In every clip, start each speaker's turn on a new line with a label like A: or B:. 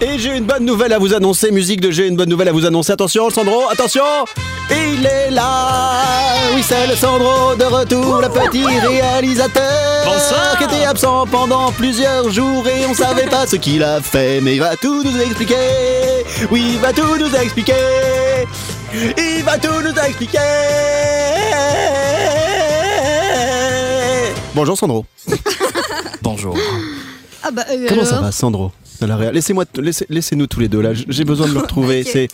A: Et j'ai une bonne nouvelle à vous annoncer, musique de j'ai une bonne nouvelle à vous annoncer. Attention, Sandro, attention Il est là Oui, c'est le Sandro de retour, le petit réalisateur
B: Bonsoir.
A: Qui était absent pendant plusieurs jours et on savait pas ce qu'il a fait, mais il va tout nous expliquer Oui, il va tout nous expliquer Il va tout nous expliquer Bonjour Sandro.
B: Bonjour.
C: Ah bah, euh,
A: Comment ça
C: alors
A: va, Sandro de la Réa Laissez-moi, t- laissez, laissez-nous tous les deux là. J- J'ai besoin de le retrouver.
C: Ok.
A: C'est.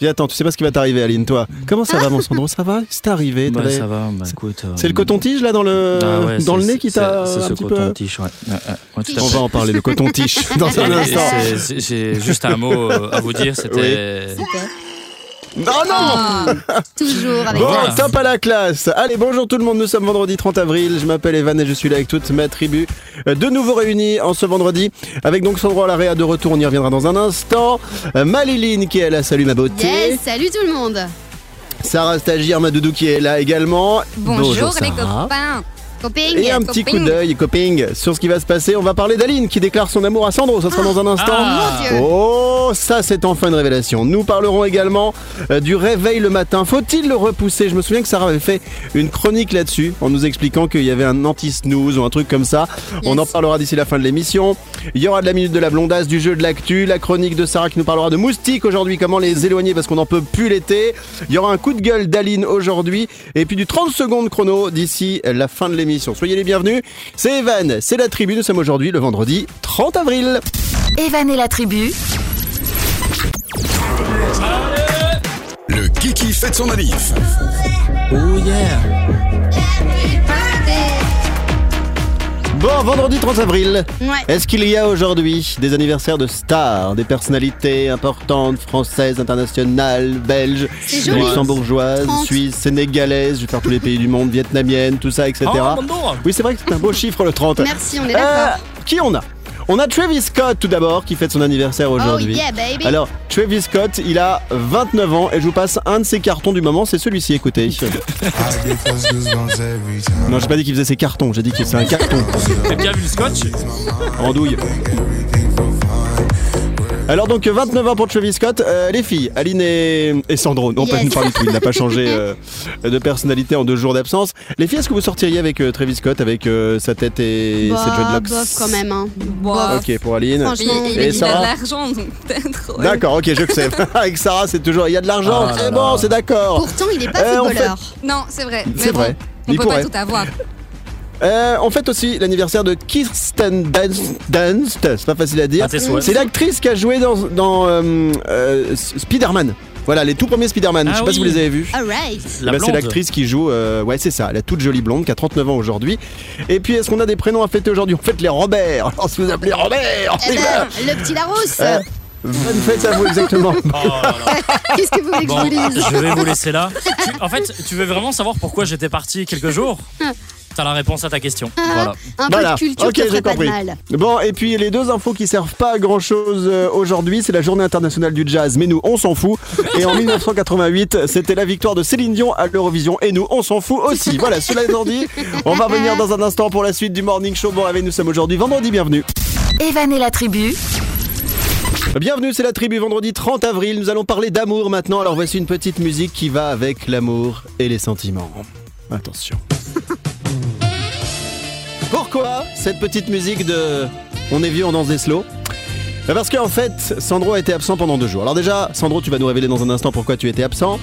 A: Viens, attends, tu sais pas ce qui va t'arriver, Aline, toi. Comment ça va, mon Sandro Ça va C'est arrivé t'as
B: Ouais,
A: les-
B: ça va, bah, écoute. euh,
A: C'est le coton-tige là dans le
B: ah ouais,
A: dans le
B: c'est-
A: nez qui
B: c'est-
A: t'a
B: C'est
A: un
B: ce
A: petit peu.
B: coton-tige, ouais. Ouais, ouais, ouais, tout à
A: On
B: fait.
A: va en parler de coton-tige dans un
B: Et- et
A: instant.
B: c'est- c'est- J'ai juste un mot euh, à vous dire, c'était.
A: Non, non
C: Ah, Toujours avec
A: Bon,
B: Voilà.
A: top à la classe Allez, bonjour tout le monde, nous sommes vendredi 30 avril, je m'appelle Evan et je suis là avec toute ma tribu, euh, de nouveau réunis en ce vendredi, avec donc Sandro à l'arrêt de retour, on y reviendra dans un instant, Euh, Maliline qui est là, salut ma beauté,
C: Yes, salut tout le monde
A: Sarah Stagiaire Madoudou qui est là également.
D: Bonjour, les
A: Sarah.
D: copains. Coping,
A: Et un petit coup
D: coping.
A: d'œil, coping, sur ce qui va se passer. On va parler d'Aline qui déclare son amour à Sandro. Ça sera dans un instant.
B: Ah.
D: Mon Dieu.
A: oh, ça c'est enfin une révélation. Nous parlerons également euh, du réveil le matin. Faut-il le repousser Je me souviens que Sarah avait fait une chronique là-dessus en nous expliquant qu'il y avait un anti-snooze ou un truc comme ça. On en parlera d'ici la fin de l'émission. Il y aura de la minute de la blondasse, du jeu de l'actu, la chronique de Sarah qui nous parlera de moustiques aujourd'hui, comment les éloigner parce qu'on n'en peut plus l'été. Il y aura un coup de gueule d'Aline aujourd'hui et puis du 30 secondes chrono d'ici la fin de l'émission. Soyez les bienvenus. C'est Evan, c'est la tribu. Nous sommes aujourd'hui le vendredi 30 avril.
E: Evan et la tribu.
F: Le Kiki fête son manif.
B: Oh yeah
A: Bon, vendredi 30 avril.
D: Ouais.
A: Est-ce qu'il y a aujourd'hui des anniversaires de stars, des personnalités importantes, françaises, internationales, belges,
D: C'est joli.
A: luxembourgeoises,
D: 30.
A: suisses, sénégalaises, je vais faire tous les pays du monde, vietnamiennes, tout ça, etc.
B: Oh, mon nom.
A: Oui, c'est vrai que c'est un beau chiffre le 30.
D: Merci, on est
A: Euh,
D: d'accord.
A: qui on a On a Travis Scott tout d'abord qui fête son anniversaire
D: oh
A: aujourd'hui.
D: yeah, baby.
A: Alors, Travis Scott, il a 29 ans et je vous passe un de ses cartons du moment, c'est celui-ci, écoutez. non, j'ai pas dit qu'il faisait ses cartons, j'ai dit que c'est un carton.
B: T'as bien vu le scotch
A: Bah, en douille. Alors donc 29 ans pour Travis Scott, Euh, les filles, Aline et, et Sandro, non pas,
D: Yes.
A: pas du tout, il n'a pas changé euh, de personnalité en deux jours d'absence. Les filles, est-ce que vous sortiriez avec euh, Travis Scott, avec euh, sa tête et
D: Bah,
A: ses dreadlocks
D: bof quand même. hein. Bof.
A: Ok pour Aline.
D: Franchement, franchement.
A: Et
D: Et
A: Bah, ça va
D: l'argent, donc peut-être. ouais.
A: D'accord, ok, je sais. Avec Sarah, c'est toujours. Il y a de l'argent,
B: Ah là
A: c'est
B: là.
A: bon, c'est d'accord.
D: Pourtant, il est pas
A: Euh, en
D: footballeur.
G: Non, c'est vrai.
A: C'est
G: mais bon,
A: vrai.
G: on
A: Il
G: peut
A: pourrait.
G: pas tout avoir.
A: Euh, on fête aussi l'anniversaire de Kirsten Dunst. Dunst, c'est pas facile à dire.
B: Ah, c'est souhait.
A: c'est l'actrice qui a joué dans, dans euh, euh, Spider-Man. Voilà, les tout premiers Spider-Man.
B: Ah
A: je sais pas si vous
B: oui.
A: les avez vus.
D: Alright.
B: La
A: Bah, c'est
B: blonde.
A: l'actrice qui joue, euh, ouais c'est ça, la toute jolie blonde qui a 39 ans aujourd'hui. Et puis est-ce qu'on a des prénoms à fêter aujourd'hui On fête les Robert. Alors si vous appelez Robert,
D: Eh
A: c'est
D: ben, le petit Larousse.
A: Euh, bonne fête à vous exactement.
B: Oh là là.
D: Qu'est-ce que vous voulez que
B: Bon,
D: je vous dise
B: je vais vous laisser là. Tu- en fait, tu veux vraiment savoir pourquoi j'étais parti quelques jours
A: Ah.
B: T'as la réponse à ta question.
C: hein
B: Voilà.
D: Un
A: Voilà.
D: peu de culture
A: Ok,
D: qui
A: j'ai
D: ferait pas de
A: compris.
D: mal.
A: Bon, et puis les deux infos qui servent pas à grand chose aujourd'hui, c'est la journée internationale du jazz, mais nous on s'en fout. Et en 1988, c'était la victoire de Céline Dion à l'Eurovision, et nous on s'en fout aussi. Voilà, cela étant dit, on va revenir dans un instant pour la suite du Morning Show. Bon réveil, nous sommes aujourd'hui vendredi, bienvenue.
E: Evan et la tribu.
A: Bienvenue, c'est la tribu vendredi 30 avril. Nous allons parler d'amour maintenant. Alors voici une petite musique qui va avec l'amour et les sentiments. Attention. Pourquoi cette petite musique de On est vieux, on danse des slow Bah Parce qu'en fait, Sandro a été absent pendant deux jours. Alors déjà, Sandro, tu vas nous révéler dans un instant pourquoi tu étais absent.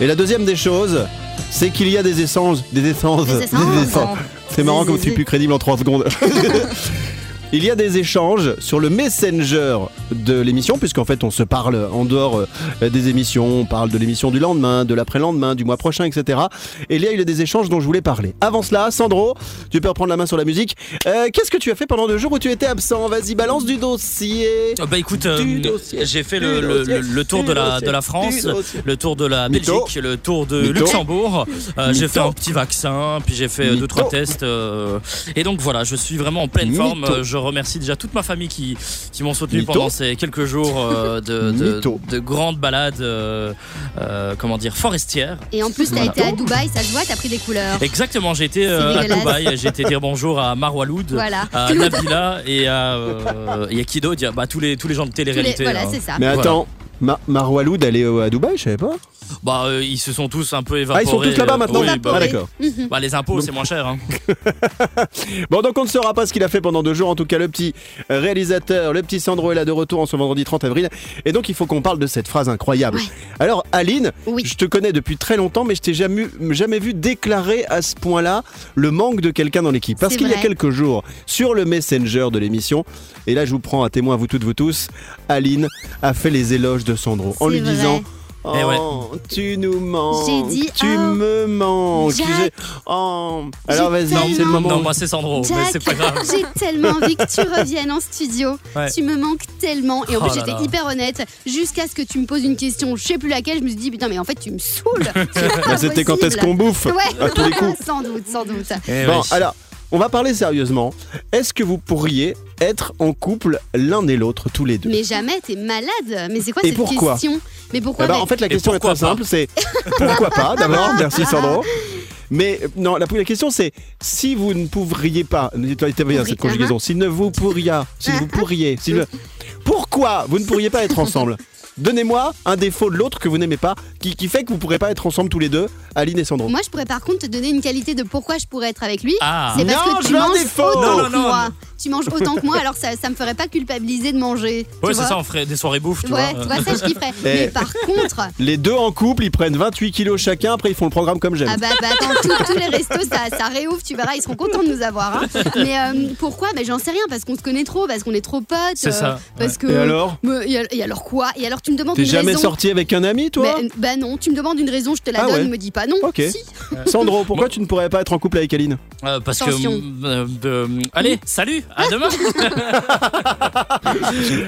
A: Et la deuxième des choses, c'est qu'il y a des essences, des essences,
D: Des essences.
A: C'est marrant
D: Des-
A: comme tu es
D: des-
A: plus crédible en trois secondes. Il y a des échanges sur le messenger de l'émission, puisqu'en fait on se parle en dehors euh, des émissions, on parle de l'émission du lendemain, de l'après-lendemain, du mois prochain, etc. Et là il y a des échanges dont je voulais parler. Avant cela, Sandro, tu peux reprendre la main sur la musique. Euh, Qu'est-ce que tu as fait pendant deux jours où tu étais absent Vas-y, balance du dossier.
B: Euh, Bah écoute,
A: Du
B: euh,
A: dossier,
B: j'ai fait
A: du
B: le, le-
A: dossier,
B: le- le tour
A: du
B: de la,
A: dossier,
B: de la
A: du
B: France,
A: dossier.
B: le tour de la
A: Mytho.
B: Belgique, le tour de
A: Mytho.
B: Luxembourg. Euh, j'ai
A: Mytho.
B: fait un petit vaccin, puis j'ai fait euh,
A: Mytho.
B: deux trois tests. euh, et donc voilà, je suis vraiment en pleine
A: Mytho.
B: forme. euh, Je remercie déjà toute ma famille qui, qui m'ont soutenu
A: Mytho.
B: pendant ces quelques jours euh, de, de,
A: Mytho.
B: de grandes balades, euh, euh, comment dire, forestières.
C: Et en plus, t'as
B: Voilà.
C: été à Dubaï, ça se voit, t'as pris des couleurs.
B: Exactement, j'ai été euh, à
C: dégueulasse.
B: Dubaï, j'ai été dire bonjour à Marwaloud,
C: Voilà.
B: à Nabila et à, euh, et à qui d'autre Il y a, bah, tous, les, tous les gens de
C: Tous les-
B: télé-réalité.
C: voilà,
B: hein.
C: c'est ça.
A: Mais
B: Voilà.
A: attends, Ma- Marwaloud, elle est euh, à Dubaï, je savais pas.
B: Bah, euh, ils se sont tous un peu évaporés.
A: Ah, ils sont tous là-bas
B: euh,
A: maintenant
B: oui, bah,
A: Ah, d'accord.
C: Mhm.
B: bah, les impôts, c'est moins cher. hein.
A: Bon, donc on ne saura pas ce qu'il a fait pendant deux jours. En tout cas, le petit réalisateur, le petit Sandro est là de retour en ce vendredi 30 avril. Et donc, il faut qu'on parle de cette phrase incroyable. Alors, Aline,
C: Oui.
A: je te connais depuis très longtemps, mais je t'ai jamais, jamais vu déclarer à ce point-là le manque de quelqu'un dans l'équipe. Parce
C: C'est
A: qu'il y a
C: vrai.
A: quelques jours, sur le messenger de l'émission, et là, je vous prends à témoin, vous toutes, vous tous, Aline a fait les éloges de Sandro en
C: C'est
A: lui
C: vrai.
A: disant. Oh,
B: Eh ouais.
A: tu nous manques.
C: dit,
A: tu
C: oh,
A: me manques.
C: Jack,
A: J'ai- oh. Alors vas-y,
C: tellement
A: c'est le moment.
B: Non, moi, c'est
A: Oh,
B: Sandro, mais
C: Jack,
B: c'est pas grave.
C: j'ai tellement envie que tu reviennes en studio.
B: Ouais.
C: Tu me manques tellement. Et
B: Oh
C: en plus,
B: là
C: j'étais
B: là.
C: hyper honnête. Jusqu'à ce que tu me poses une question, je sais plus laquelle, je me suis dit, putain, mais en fait, tu me saoules. C'est pas
A: Bah, C'était quand est-ce
C: possible.
A: qu'on bouffe
C: Ouais,
A: à tous les coups.
C: sans doute, sans doute.
B: Eh
A: Bon,
B: oui.
A: alors, on va parler sérieusement. Est-ce que vous pourriez être en couple l'un et l'autre, tous les deux
C: Mais jamais, t'es malade. Mais c'est quoi
A: Et
C: cette
A: pourquoi
C: question Mais pourquoi
A: Eh ben,
C: mais-
A: En fait, la question est
B: pourquoi
A: très
B: pas
A: simple, c'est pourquoi pas d'abord, merci Sandro. Mais euh, non, la, la question c'est si vous ne pourriez pas, euh, n'était bien cette
C: Pourriez-
A: conjugaison, si ne vous pourriez, si vous pourriez, si ne- pourquoi vous ne pourriez pas être ensemble Donnez-moi un défaut de l'autre que vous n'aimez pas, qui, qui fait que vous ne pourrez pas être ensemble tous les deux, Aline et Sandro.
C: Moi, je pourrais par contre te donner une qualité de pourquoi je pourrais être avec lui.
B: Ah.
C: C'est parce
A: Non,
C: que
A: je
C: tu
A: veux un
C: manges
A: défaut.
C: autant
B: Non, non,
C: que
B: non.
C: moi. Tu manges autant que moi, alors ça, ça me ferait pas culpabiliser de manger. tu
B: Ouais, c'est
C: vois.
B: ça, on ferait des soirées bouffe, tu
C: Ouais,
B: vois.
C: tu vois, ça, je kifferais. Mais par contre, ah
A: Les deux en couple, ils prennent 28 kilos chacun, après ils font le programme comme j'aime.
C: Ah bah, bah attends, tous- tous les restos, ça, ça réouvre, tu verras, ils seront contents de nous avoir. hein. Mais euh, pourquoi Bah j'en sais rien, parce qu'on se connaît trop, parce qu'on est trop potes. euh,
B: C'est ça,
C: Parce que.
A: Et alors
C: Mais, et, al- et alors quoi Et alors tu me demandes
A: T'es
C: une
A: jamais
C: raison
A: sorti avec un ami, toi
C: Mais, euh, Bah non, tu me demandes une raison, je te la
A: Ah
C: donne,
A: ouais.
C: il me dis pas non.
A: Ok.
C: Si.
A: Sandro, pourquoi tu ne pourrais pas être en couple avec Aline
B: Euh, parce
C: Attention.
B: que. euh, euh, allez, salut, à demain.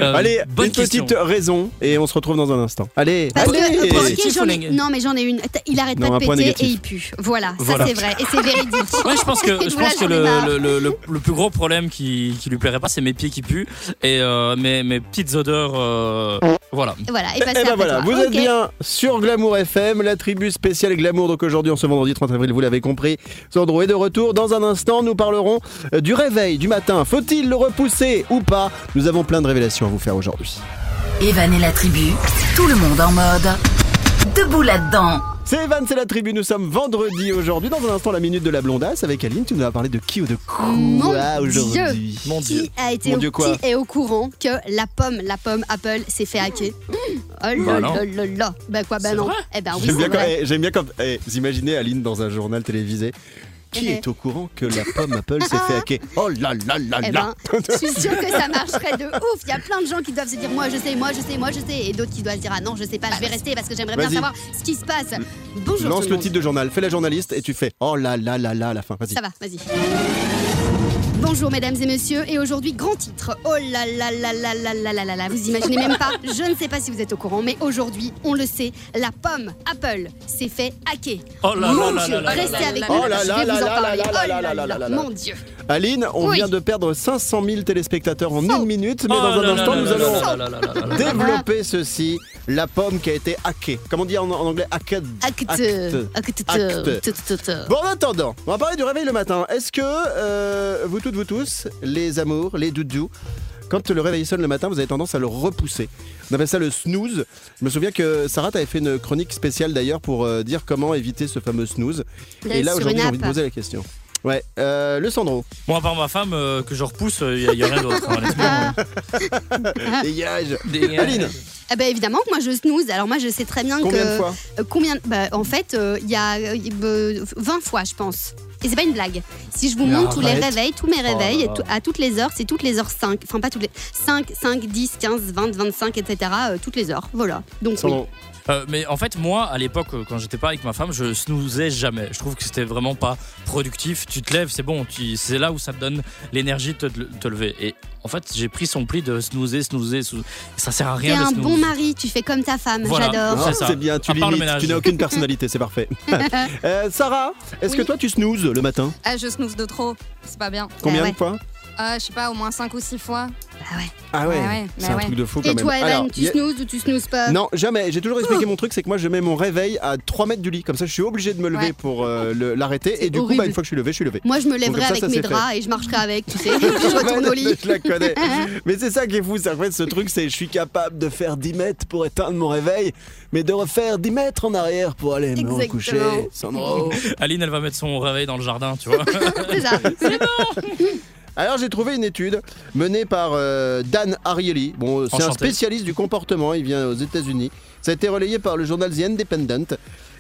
B: Euh,
A: Allez,
B: bonne
A: une
B: question.
A: petite raison et on se retrouve dans un instant. Allez,
C: Parce
A: allez
C: que, euh, ok,
B: Petit
C: j'en ai-
B: fouling.
C: non mais j'en ai une. Attends, Il arrête
A: Ah Non,
C: pas
A: un
C: de
A: point
C: péter
A: négatif.
C: et il pue. Voilà,
B: Voilà.
C: ça c'est vrai et c'est véridique.
B: Ouais, je pense que, je
C: Voilà,
B: pense que
C: j'en ai
B: le,
C: marre.
B: le- le- le- le plus gros problème qui, qui lui plairait pas, c'est mes pieds qui puent et euh, mes, mes petites odeurs. euh, voilà.
C: Voilà, et
A: Eh
C: passez
A: ben
C: après
A: voilà,
C: toi.
A: vous êtes
C: Ok.
A: bien sur Glamour FM, la tribu spéciale Glamour. Donc aujourd'hui, en ce vendredi 30 avril, vous l'avez compris, Sandro est de retour. Dans un instant, nous parlerons euh, du réveil du matin. Faut-il le repousser ou pas Nous avons plein de révélations à vous faire aujourd'hui.
E: Evan et la tribu, tout le monde en mode. Debout là-dedans.
A: C'est Evan, c'est la tribu. Nous sommes vendredi aujourd'hui. Dans un instant, la minute de la blondasse avec Aline. Tu nous as parlé de qui ou de
C: Mon
A: quoi aujourd'hui
B: Mon Dieu.
C: Qui a été
A: Mon
C: au,
A: Dieu, quoi
C: qui est au courant que la pomme, la pomme Apple s'est fait hacker
A: Bah
C: Oh là
B: non.
C: là là là. Bah quoi, bah
B: C'est
C: non.
B: vrai
C: Eh ben oui,
A: J'aime
C: c'est
A: bien, quand,
C: vrai.
A: eh, j'aime bien quand. eh, vous imaginez Aline dans un journal télévisé. Qui
C: Eh. Ah.
A: est au courant que la pomme Apple s'est fait hacker Oh là là là
C: Eh
A: là
C: ben, je suis sûre que ça marcherait de ouf. Il y a plein de gens qui doivent se dire moi je sais, moi je sais, moi je sais, et d'autres qui doivent se dire ah non je sais pas,
B: Bah,
C: je vais rester parce que j'aimerais bien
A: Vas-y.
C: savoir ce qui se passe. Bonjour.
A: Lance
C: tout
A: le
C: monde.
A: titre de journal, fais la journaliste et tu fais Oh là là là là à la fin. Vas-y.
C: Ça va, vas-y. Bonjour mesdames et messieurs et aujourd'hui grand titre. Oh là là là là là là là là là, vous imaginez même pas. Je ne sais pas si vous êtes au courant mais aujourd'hui, on le sait, la pomme Apple s'est fait hacker.
B: Oh là là
C: Mon
B: là
C: Dieu,
B: là là
C: restez
B: là
C: avec
A: là
C: nous,
A: là
C: je
A: là
C: vais
A: là
C: vous en
A: là
C: parler.
A: là
C: Oh
A: là là
C: là
A: là
C: là,
A: là.
C: mon Dieu.
A: Aline, on
C: Oui.
A: vient de perdre 500 000 téléspectateurs en une minute, mais
B: Oh
A: dans
B: là
A: un
B: là
A: instant,
B: là
A: nous
B: là
A: allons
B: là là là là là là.
A: développer ceci la pomme qui a été hackée. Comment dire en, en anglais Hacked.
C: Acte,
A: Hacked.
C: acte,
A: Acte. Bon, en attendant, on va parler du réveil le matin. Est-ce que euh, vous toutes, vous tous, les amours, les doudous, quand le réveil sonne le matin, vous avez tendance à le repousser On appelle ça le snooze. Je me souviens que Sarah, t'avais fait une chronique spéciale d'ailleurs pour euh, dire comment éviter ce fameux snooze.
C: Là,
A: Et là,
C: sur
A: aujourd'hui,
C: une
A: j'ai envie de
C: app.
A: poser la question. Ouais, euh, le Sandro.
B: Moi, à part ma femme, euh, que je repousse, il n'y a, rien d'autre. hein, honnêtement.
A: Dégage
B: Dégage.
A: Aline,
C: Eh ben évidemment que moi je snooze. Alors moi je sais très bien
A: combien
C: que
A: de fois
C: Euh, combien bah, En fait, euh, il y a euh, 20 fois, je pense. Et c'est pas une blague. Si je vous
B: Mais
C: montre tous les
A: arrête.
C: réveils, tous mes réveils,
B: là là.
C: tout- à toutes les heures, c'est toutes les heures 5. Enfin, pas toutes les. 5, 5, 10, 15, 20, 25, etc. euh, toutes les heures. Voilà. Donc, oui.
A: Sandro.
B: Euh, mais en fait, moi, à l'époque, euh, quand j'étais pas avec ma femme, je snoozais jamais. Je trouve que c'était vraiment pas productif. Tu te lèves, c'est bon, tu- c'est là où ça te donne l'énergie de te, te lever. Et en fait, j'ai pris son pli de snoozer, snoozer, snoozer. Ça sert à
C: T'es
B: rien de
C: un
B: snooze.
C: bon mari, tu fais comme ta femme.
B: Voilà.
C: J'adore.
B: Ah, C'est
A: Oh,
B: ça.
A: c'est bien, tu
B: À part le
A: limites, tu
B: ménage.
A: n'as aucune personnalité, c'est parfait. Euh, Sarah, est-ce que
D: Oui.
A: toi tu snoozes le matin
D: Ah, je snooze de trop. C'est pas bien.
A: Combien
C: ouais.
A: de fois
D: Ah, je sais pas, au moins 5 ou 6 fois.
A: Ah ouais,
D: Ouais, ouais,
A: c'est
D: bah
A: un
D: ouais.
A: truc de fou quand
C: Bah Et
A: même.
C: toi, Evan,
A: Alors,
C: tu
A: y a-
C: snoozes ou tu snoozes pas
A: Non, jamais. J'ai toujours
C: Ah.
A: expliqué mon truc, c'est que moi je mets mon réveil à 3 mètres du lit. Comme ça, je suis obligé de me lever
D: Ouais.
A: pour euh, le- l'arrêter. Et du coup,
C: horrible.
A: bah, une fois que je suis levé, je suis levé.
C: Moi, je me
A: comme
C: lèverai
A: ça,
C: avec
A: ça
C: mes
A: s'est fait.
C: draps et je marcherai avec, tu sais, et puis je retourne au lit.
A: Je la connais. Mais c'est ça qui est fou, c'est en fait ce truc, c'est je suis capable de faire 10 mètres pour éteindre mon réveil, mais de refaire 10 mètres en arrière pour aller me
D: Exactement.
A: recoucher. Sandro.
B: Aline, elle va mettre son réveil dans le jardin, tu vois.
C: C'est ça.
A: Alors j'ai trouvé une étude menée par euh, Dan Ariely. Bon, c'est un
B: Enchanté.
A: spécialiste du comportement, il vient aux États-Unis. Ça a été relayé par le journal The Independent.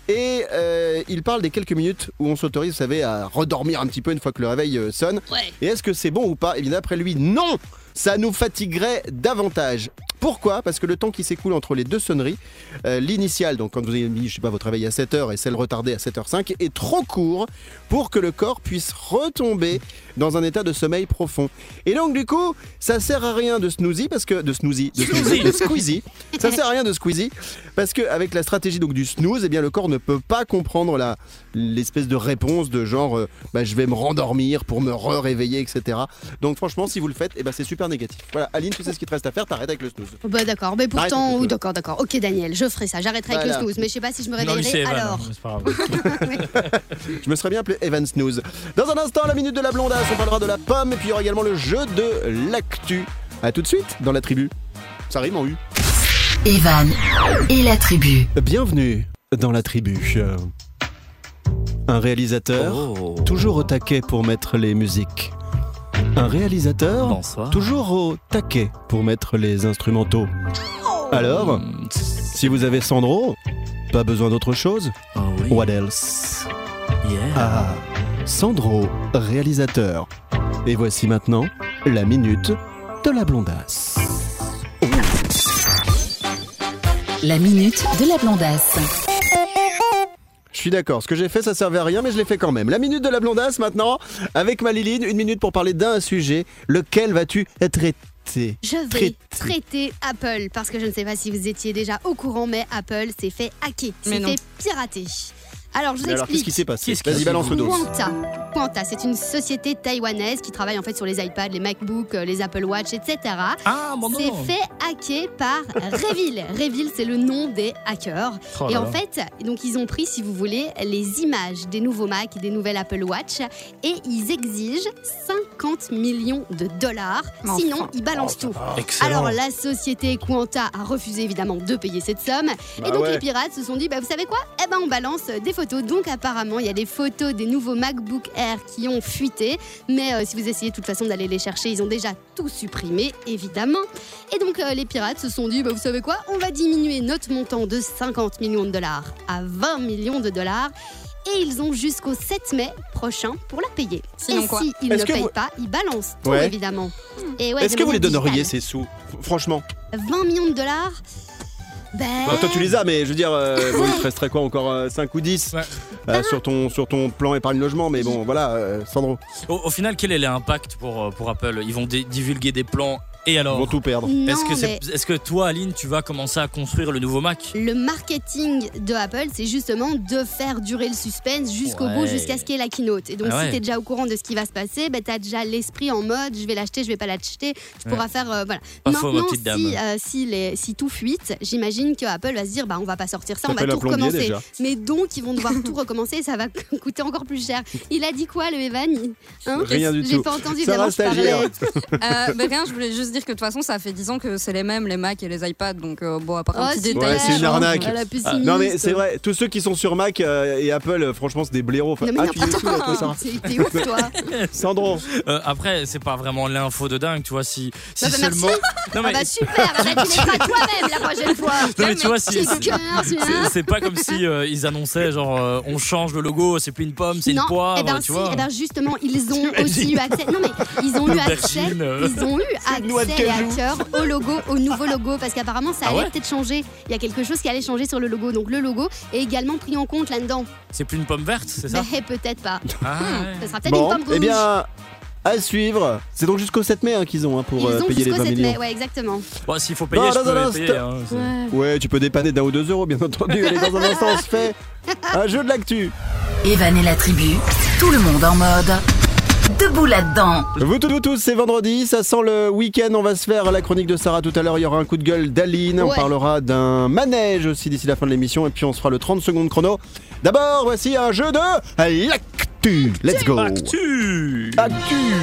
A: Et euh, il parle des quelques minutes où on s'autorise, vous savez, à redormir un petit peu une fois que le réveil euh, sonne.
C: Ouais.
A: Et est-ce que c'est bon ou pas Et bien d'après lui, non Ça nous fatiguerait davantage. Pourquoi Parce que le temps qui s'écoule entre les deux sonneries, euh, l'initiale, donc quand vous avez mis, je sais pas, votre réveil à 7h et celle retardée à 7h05, est trop court pour que le corps puisse retomber dans un état de sommeil profond. Et donc du coup, ça sert à rien de snoozy parce que de snoozy, de, snoozy, de squeezy, ça sert à rien de squeezy parce que avec la stratégie donc du snooze, eh bien le corps ne peut pas comprendre la l'espèce de réponse de genre euh, bah, je vais me rendormir pour me re-réveiller etc. Donc franchement, si vous le faites, eh ben c'est super négatif. Voilà, Aline, tu sais ce qu'il te reste à faire, t'arrêtes avec le snooze.
C: Bah d'accord, mais
A: Arrête,
C: pourtant,
A: plutôt.
C: oui, d'accord, d'accord. Ok Daniel, je ferai ça, j'arrêterai avec
A: Voilà.
C: le snooze, mais je sais pas si je me
B: non, lui, c'est
C: réveillerai
B: Evan, hein,
C: alors.
B: mais c'est pas grave.
A: Je me serais bien appelé Evan Snooze. Dans un instant, la minute de la blondasse, on parlera de la pomme et puis il y aura également le jeu de l'actu. À tout de suite dans la tribu. Ça rime en U.
E: Evan et la tribu.
A: Bienvenue dans la tribu. Euh, Un réalisateur
B: Oh.
A: toujours au taquet pour mettre les musiques. Un réalisateur
B: Bonsoir.
A: toujours au taquet pour mettre les instrumentaux. Alors,
B: Mm,
A: si vous avez Sandro, pas besoin d'autre chose.
B: Oh oui.
A: What else
B: Yeah.
A: Ah, Sandro, réalisateur. Et voici maintenant la minute de la blondasse.
E: La minute de la blondasse.
A: Je suis d'accord, ce que j'ai fait ça servait à rien mais je l'ai fait quand même. La minute de la blondasse maintenant avec ma Liline, une minute pour parler d'un sujet, lequel vas-tu traiter
C: Je vais
A: Traiter.
C: traiter Apple parce que je ne sais pas si vous étiez déjà au courant, mais Apple s'est fait hacker,
D: Mais
C: s'est
D: non.
C: fait pirater. Alors je vous
A: Mais alors qu'est-ce
C: explique.
A: qui s'est passé
B: Qu'est-ce qui
A: Vas-y
B: s'est
A: balance le dos.
C: Quanta. Quanta, c'est une société taïwanaise qui travaille en fait sur les iPads, les MacBooks, euh, les Apple Watch, etc.
B: Ah, bon,
C: C'est
B: non.
C: fait hacker par Revil. Revil, c'est le nom des hackers.
B: Oh là
C: et en
B: là.
C: fait, donc ils ont pris, si vous voulez, les images des nouveaux Mac et des nouvelles Apple Watch et ils exigent 50 millions de dollars.
D: Mais
C: Sinon,
D: enfin.
C: ils balancent tout.
B: Oh, Excellent.
C: Alors la société Quanta a refusé évidemment de payer cette somme et donc les pirates se sont dit bah, vous savez quoi Eh ben on balance euh, des photos. Donc apparemment il y a des photos des nouveaux MacBook Air qui ont fuité, mais euh, si vous essayez de toute façon d'aller les chercher, ils ont déjà tout supprimé évidemment. Et donc euh, les pirates se sont dit bah, vous savez quoi On va diminuer notre montant de 50 millions de dollars à 20 millions de dollars. Et ils ont jusqu'au 7 mai prochain pour la payer.
D: Sinon
C: et
D: quoi
C: si ils ne
A: Est-ce que
C: payent
A: vous-
C: pas, ils balancent tout,
A: Ouais.
C: évidemment. Et ouais,
A: Est-ce
C: de
A: que vous les
C: manière
A: donneriez
C: digitale.
A: ces sous Franchement.
C: 20 millions de dollars ben...
A: Bah, toi tu les as mais je veux dire euh, bon, il te resterait quoi encore 5 ou 10
B: Ouais.
A: euh, sur ton sur ton plan épargne logement mais bon voilà euh, Sandro,
B: Au, au final, quel est l'impact pour, euh, pour Apple Ils vont dé- divulguer des plans et
A: ils
B: alors
A: vont tout perdre.
C: Non,
B: Est-ce que, c'est-
C: mais
B: est-ce que toi, Aline, tu vas commencer à construire le nouveau Mac
C: le marketing de Apple, c'est justement de faire durer le suspense jusqu'au
B: Ouais.
C: bout, jusqu'à ce qu'il y ait la keynote. Et donc,
B: Ah ouais.
C: si tu es déjà au courant de ce qui va se passer, ben, tu as déjà l'esprit en mode je vais l'acheter, je vais pas l'acheter. Tu
B: Ouais.
C: pourras faire. euh, voilà.
B: Pas faux, ma
C: Maintenant,
B: petite dame.
C: si, euh, si, les- si tout fuite, j'imagine que Apple va se dire bah, on va pas sortir
A: Ça
C: ça, on va
A: fait la
C: tout
A: plombier,
C: recommencer.
A: déjà.
C: Mais donc, ils vont devoir tout recommencer et ça va coûter encore plus cher. Il a dit quoi, le Evan Hein
A: Rien du
C: J'ai
A: tout.
C: pas entendu,
A: Sarah
C: évidemment, je parlais.
A: Stagiaire.
D: Euh, bah, rien, je voulais juste dire que de toute façon, ça fait 10 ans que c'est les mêmes, les Mac et les iPads. Donc, euh, bon, à part un
C: Oh,
D: petit
C: super.
D: détail.
A: Ouais, c'est une
D: je pense,
A: arnaque.
D: euh,
C: Ah, la pessimiste.
A: Non mais c'est vrai, tous ceux qui sont sur Mac euh, et Apple, euh, franchement c'est des blaireaux. Enfin,
C: Non, mais
A: ah, tu dis
C: n'importe
A: aussi, toi, Sarah
C: quoi. T'es t'es ouf, toi.
A: Sandro,
B: Euh, Après, c'est pas vraiment l'info de dingue, tu vois. Si, si
C: Bah, bah, merci.
B: seulement. Non,
C: Ah
B: mais
C: bah super, bah là, tu les feras toi-même la prochaine fois.
B: Non, mais tu vois, si-
C: J'ai du cœur, tu vois.
B: c'est- c'est pas comme si euh, ils annonçaient genre euh, on change le logo, c'est plus une pomme, c'est une
C: non,
B: poire, euh,
C: eh ben,
B: tu
C: si,
B: vois.
C: eh ben justement, ils ont
B: T'imagines
C: aussi eu accès. Non, mais ils ont eu accès.
B: L'aubergine, euh.
C: Ils ont eu
A: noix de
C: accès, les
A: cajou.
C: hackers, au logo, au nouveau logo, parce qu'apparemment, ça
B: Ah
C: allait
B: ouais
C: peut-être changer. Il y a quelque chose qui allait changer sur le logo. Donc, le logo est également pris en compte là-dedans.
B: C'est plus une pomme verte, c'est ça
C: Mais peut-être pas.
B: Ah, ouais.
C: Ça sera peut-être
A: bon,
C: une pomme rouge.
A: eh bien à suivre. C'est donc jusqu'au 7 mai hein, qu'ils ont hein, pour euh,
C: ils ont
A: payer les
C: jusqu'au
A: 20
C: 7
A: millions.
C: mai, ouais, exactement.
B: Bon, s'il faut payer,
A: Bon,
B: je
A: dans un
B: peux payer.
A: instant.
B: hein, c'est-
A: Ouais, tu peux dépanner d'un ou deux euros bien entendu. Allez, dans un instant on se fait un jeu de l'actu.
E: Evan et la tribu. Tout le monde en mode. Debout là-dedans.
A: Vous tous, vous tous, c'est vendredi, ça sent le week-end, on va se faire la chronique de Sarah tout à l'heure, il y aura un coup de gueule d'Aline, on
C: Ouais.
A: parlera d'un manège aussi d'ici la fin de l'émission, et puis on se fera le 30 secondes chrono. D'abord, voici un jeu de l'actu, let's go
B: Actu
A: Actu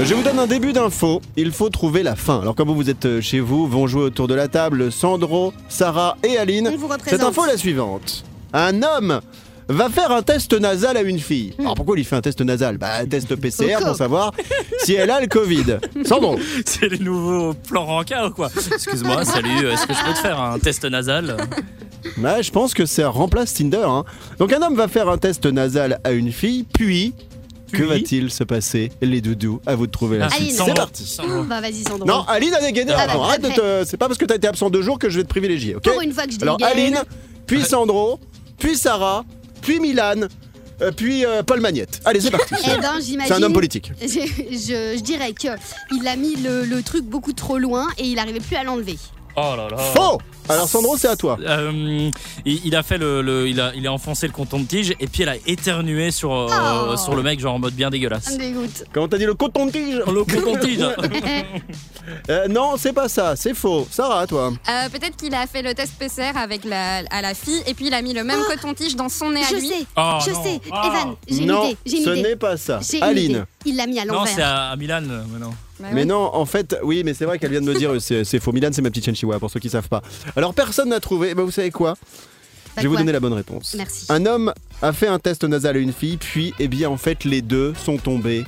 A: Je vous donne un début d'info, il faut trouver la fin. Alors comme vous, vous êtes euh, chez vous, vont jouer autour de la table Sandro, Sarah et Aline.
C: On vous représente.
A: Cette info est la suivante. Un homme va faire un test nasal à une fille. Alors pourquoi il fait un test nasal Bah un test PCR pour
C: Hmm. Encore.
A: savoir si elle a le Covid. Sandro
B: C'est le nouveau plan rencard ou quoi Excuse-moi, salut, euh, est-ce que je peux te faire un test nasal
A: Ouais, je pense que ça remplace Tinder. hein. Donc un homme va faire un test nasal à une fille, puis... Que
B: Puis
A: va-t-il se passer Les doudous, à vous de trouver la
B: Ah,
A: suite.
C: Aline.
A: C'est
B: Sandro.
A: parti
B: Sandro.
C: Bah vas-y Sandro.
A: Non, Aline a dégainé.
C: Ah,
A: Attends,
C: bah,
A: arrête de te...
C: après.
A: C'est pas parce que t'as été absent deux jours que je vais te privilégier, ok
C: Pour une fois que je
A: Alors
C: dégaine. eh
A: Aline, puis Sandro, puis Sarah, puis Milan, euh, puis euh, Paul Magnette. Allez, c'est parti.
C: Eh ben, j'imagine.
A: C'est un homme politique.
C: Je, je- je dirais que il a mis le, le truc beaucoup trop loin et il arrivait plus à l'enlever.
B: Oh là là
A: Faux Alors Sandro, c'est à toi.
B: Euh, il, il a fait le, le- il, a, il a enfoncé le canton de tige et puis elle a éternué sur, euh,
C: Oh.
B: sur le mec genre en mode bien
C: Ça me
B: dégueulasse.
C: dégoûte.
A: Comment t'as dit le coton-tige
B: Le canton de tige
A: Euh, Non, c'est pas ça, c'est faux. Sarah, à toi.
D: Euh, Peut-être qu'il a fait le test PCR avec la, à la fille et puis il a mis le même
C: Oh
D: coton-tige dans son nez à
C: je
D: lui.
C: sais,
B: Oh,
C: je
B: non.
C: sais.
B: Ah.
C: Evan, j'ai une
A: non,
C: idée. J'ai
A: ce
C: une idée.
A: n'est pas ça.
C: J'ai une idée.
A: Aline.
C: Il l'a mis à
B: Non, c'est
C: l'envers.
B: à, à Milan euh, maintenant.
C: Ah
D: Bah
A: Mais
D: oui.
A: non, en fait, oui, mais c'est vrai qu'elle vient de me dire, euh, c'est c'est faux. Milan, c'est ma petite chenchiwa, pour ceux qui savent pas. Alors, personne n'a trouvé. Eh ben, vous savez quoi
C: Bah,
A: Je vais vous
C: quoi
A: donner la bonne réponse.
C: Merci.
A: Un homme a fait un test nasal à une fille, puis, eh bien, en fait, les deux sont tombés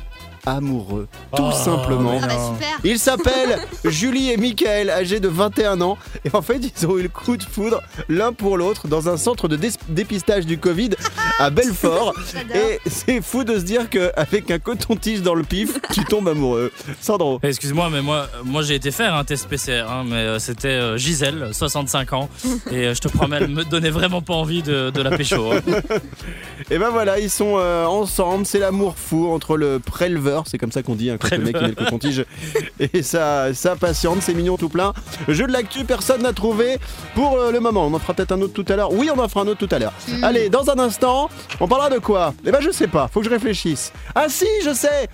A: amoureux. Tout
B: Oh,
A: simplement.
C: Ah
B: mais-
C: bah
B: Non.
C: super.
A: Ils s'appellent Julie et Michael, âgés de 21 ans. Et en fait, ils ont eu le coup de foudre l'un pour l'autre dans un centre de dés- dépistage du Covid à Belfort.
C: J'adore.
A: et c'est fou de se dire qu'avec un coton-tige dans le pif, tu tombes amoureux. Sandro.
B: Eh, Excuse-moi, mais moi, euh, moi j'ai été faire un test PCR, hein, mais euh, c'était euh, Gisèle, 65 ans, et euh, je te promets, elle me donnait vraiment pas envie de, de la pécho. hein.
A: Et ben voilà, ils sont euh, ensemble, c'est l'amour fou entre le préleveur, c'est comme ça qu'on dit hein, quand le mec il met le coton-tige, et ça, ça patiente, c'est mignon tout plein. Jeu de l'actu, personne n'a trouvé pour euh, le moment. On en fera peut-être un autre tout à l'heure. Oui, on en fera un autre tout à l'heure.
B: Hmm.
A: Allez, dans un instant, on parlera de quoi Eh ben je sais pas, faut que je réfléchisse. Ah si, je sais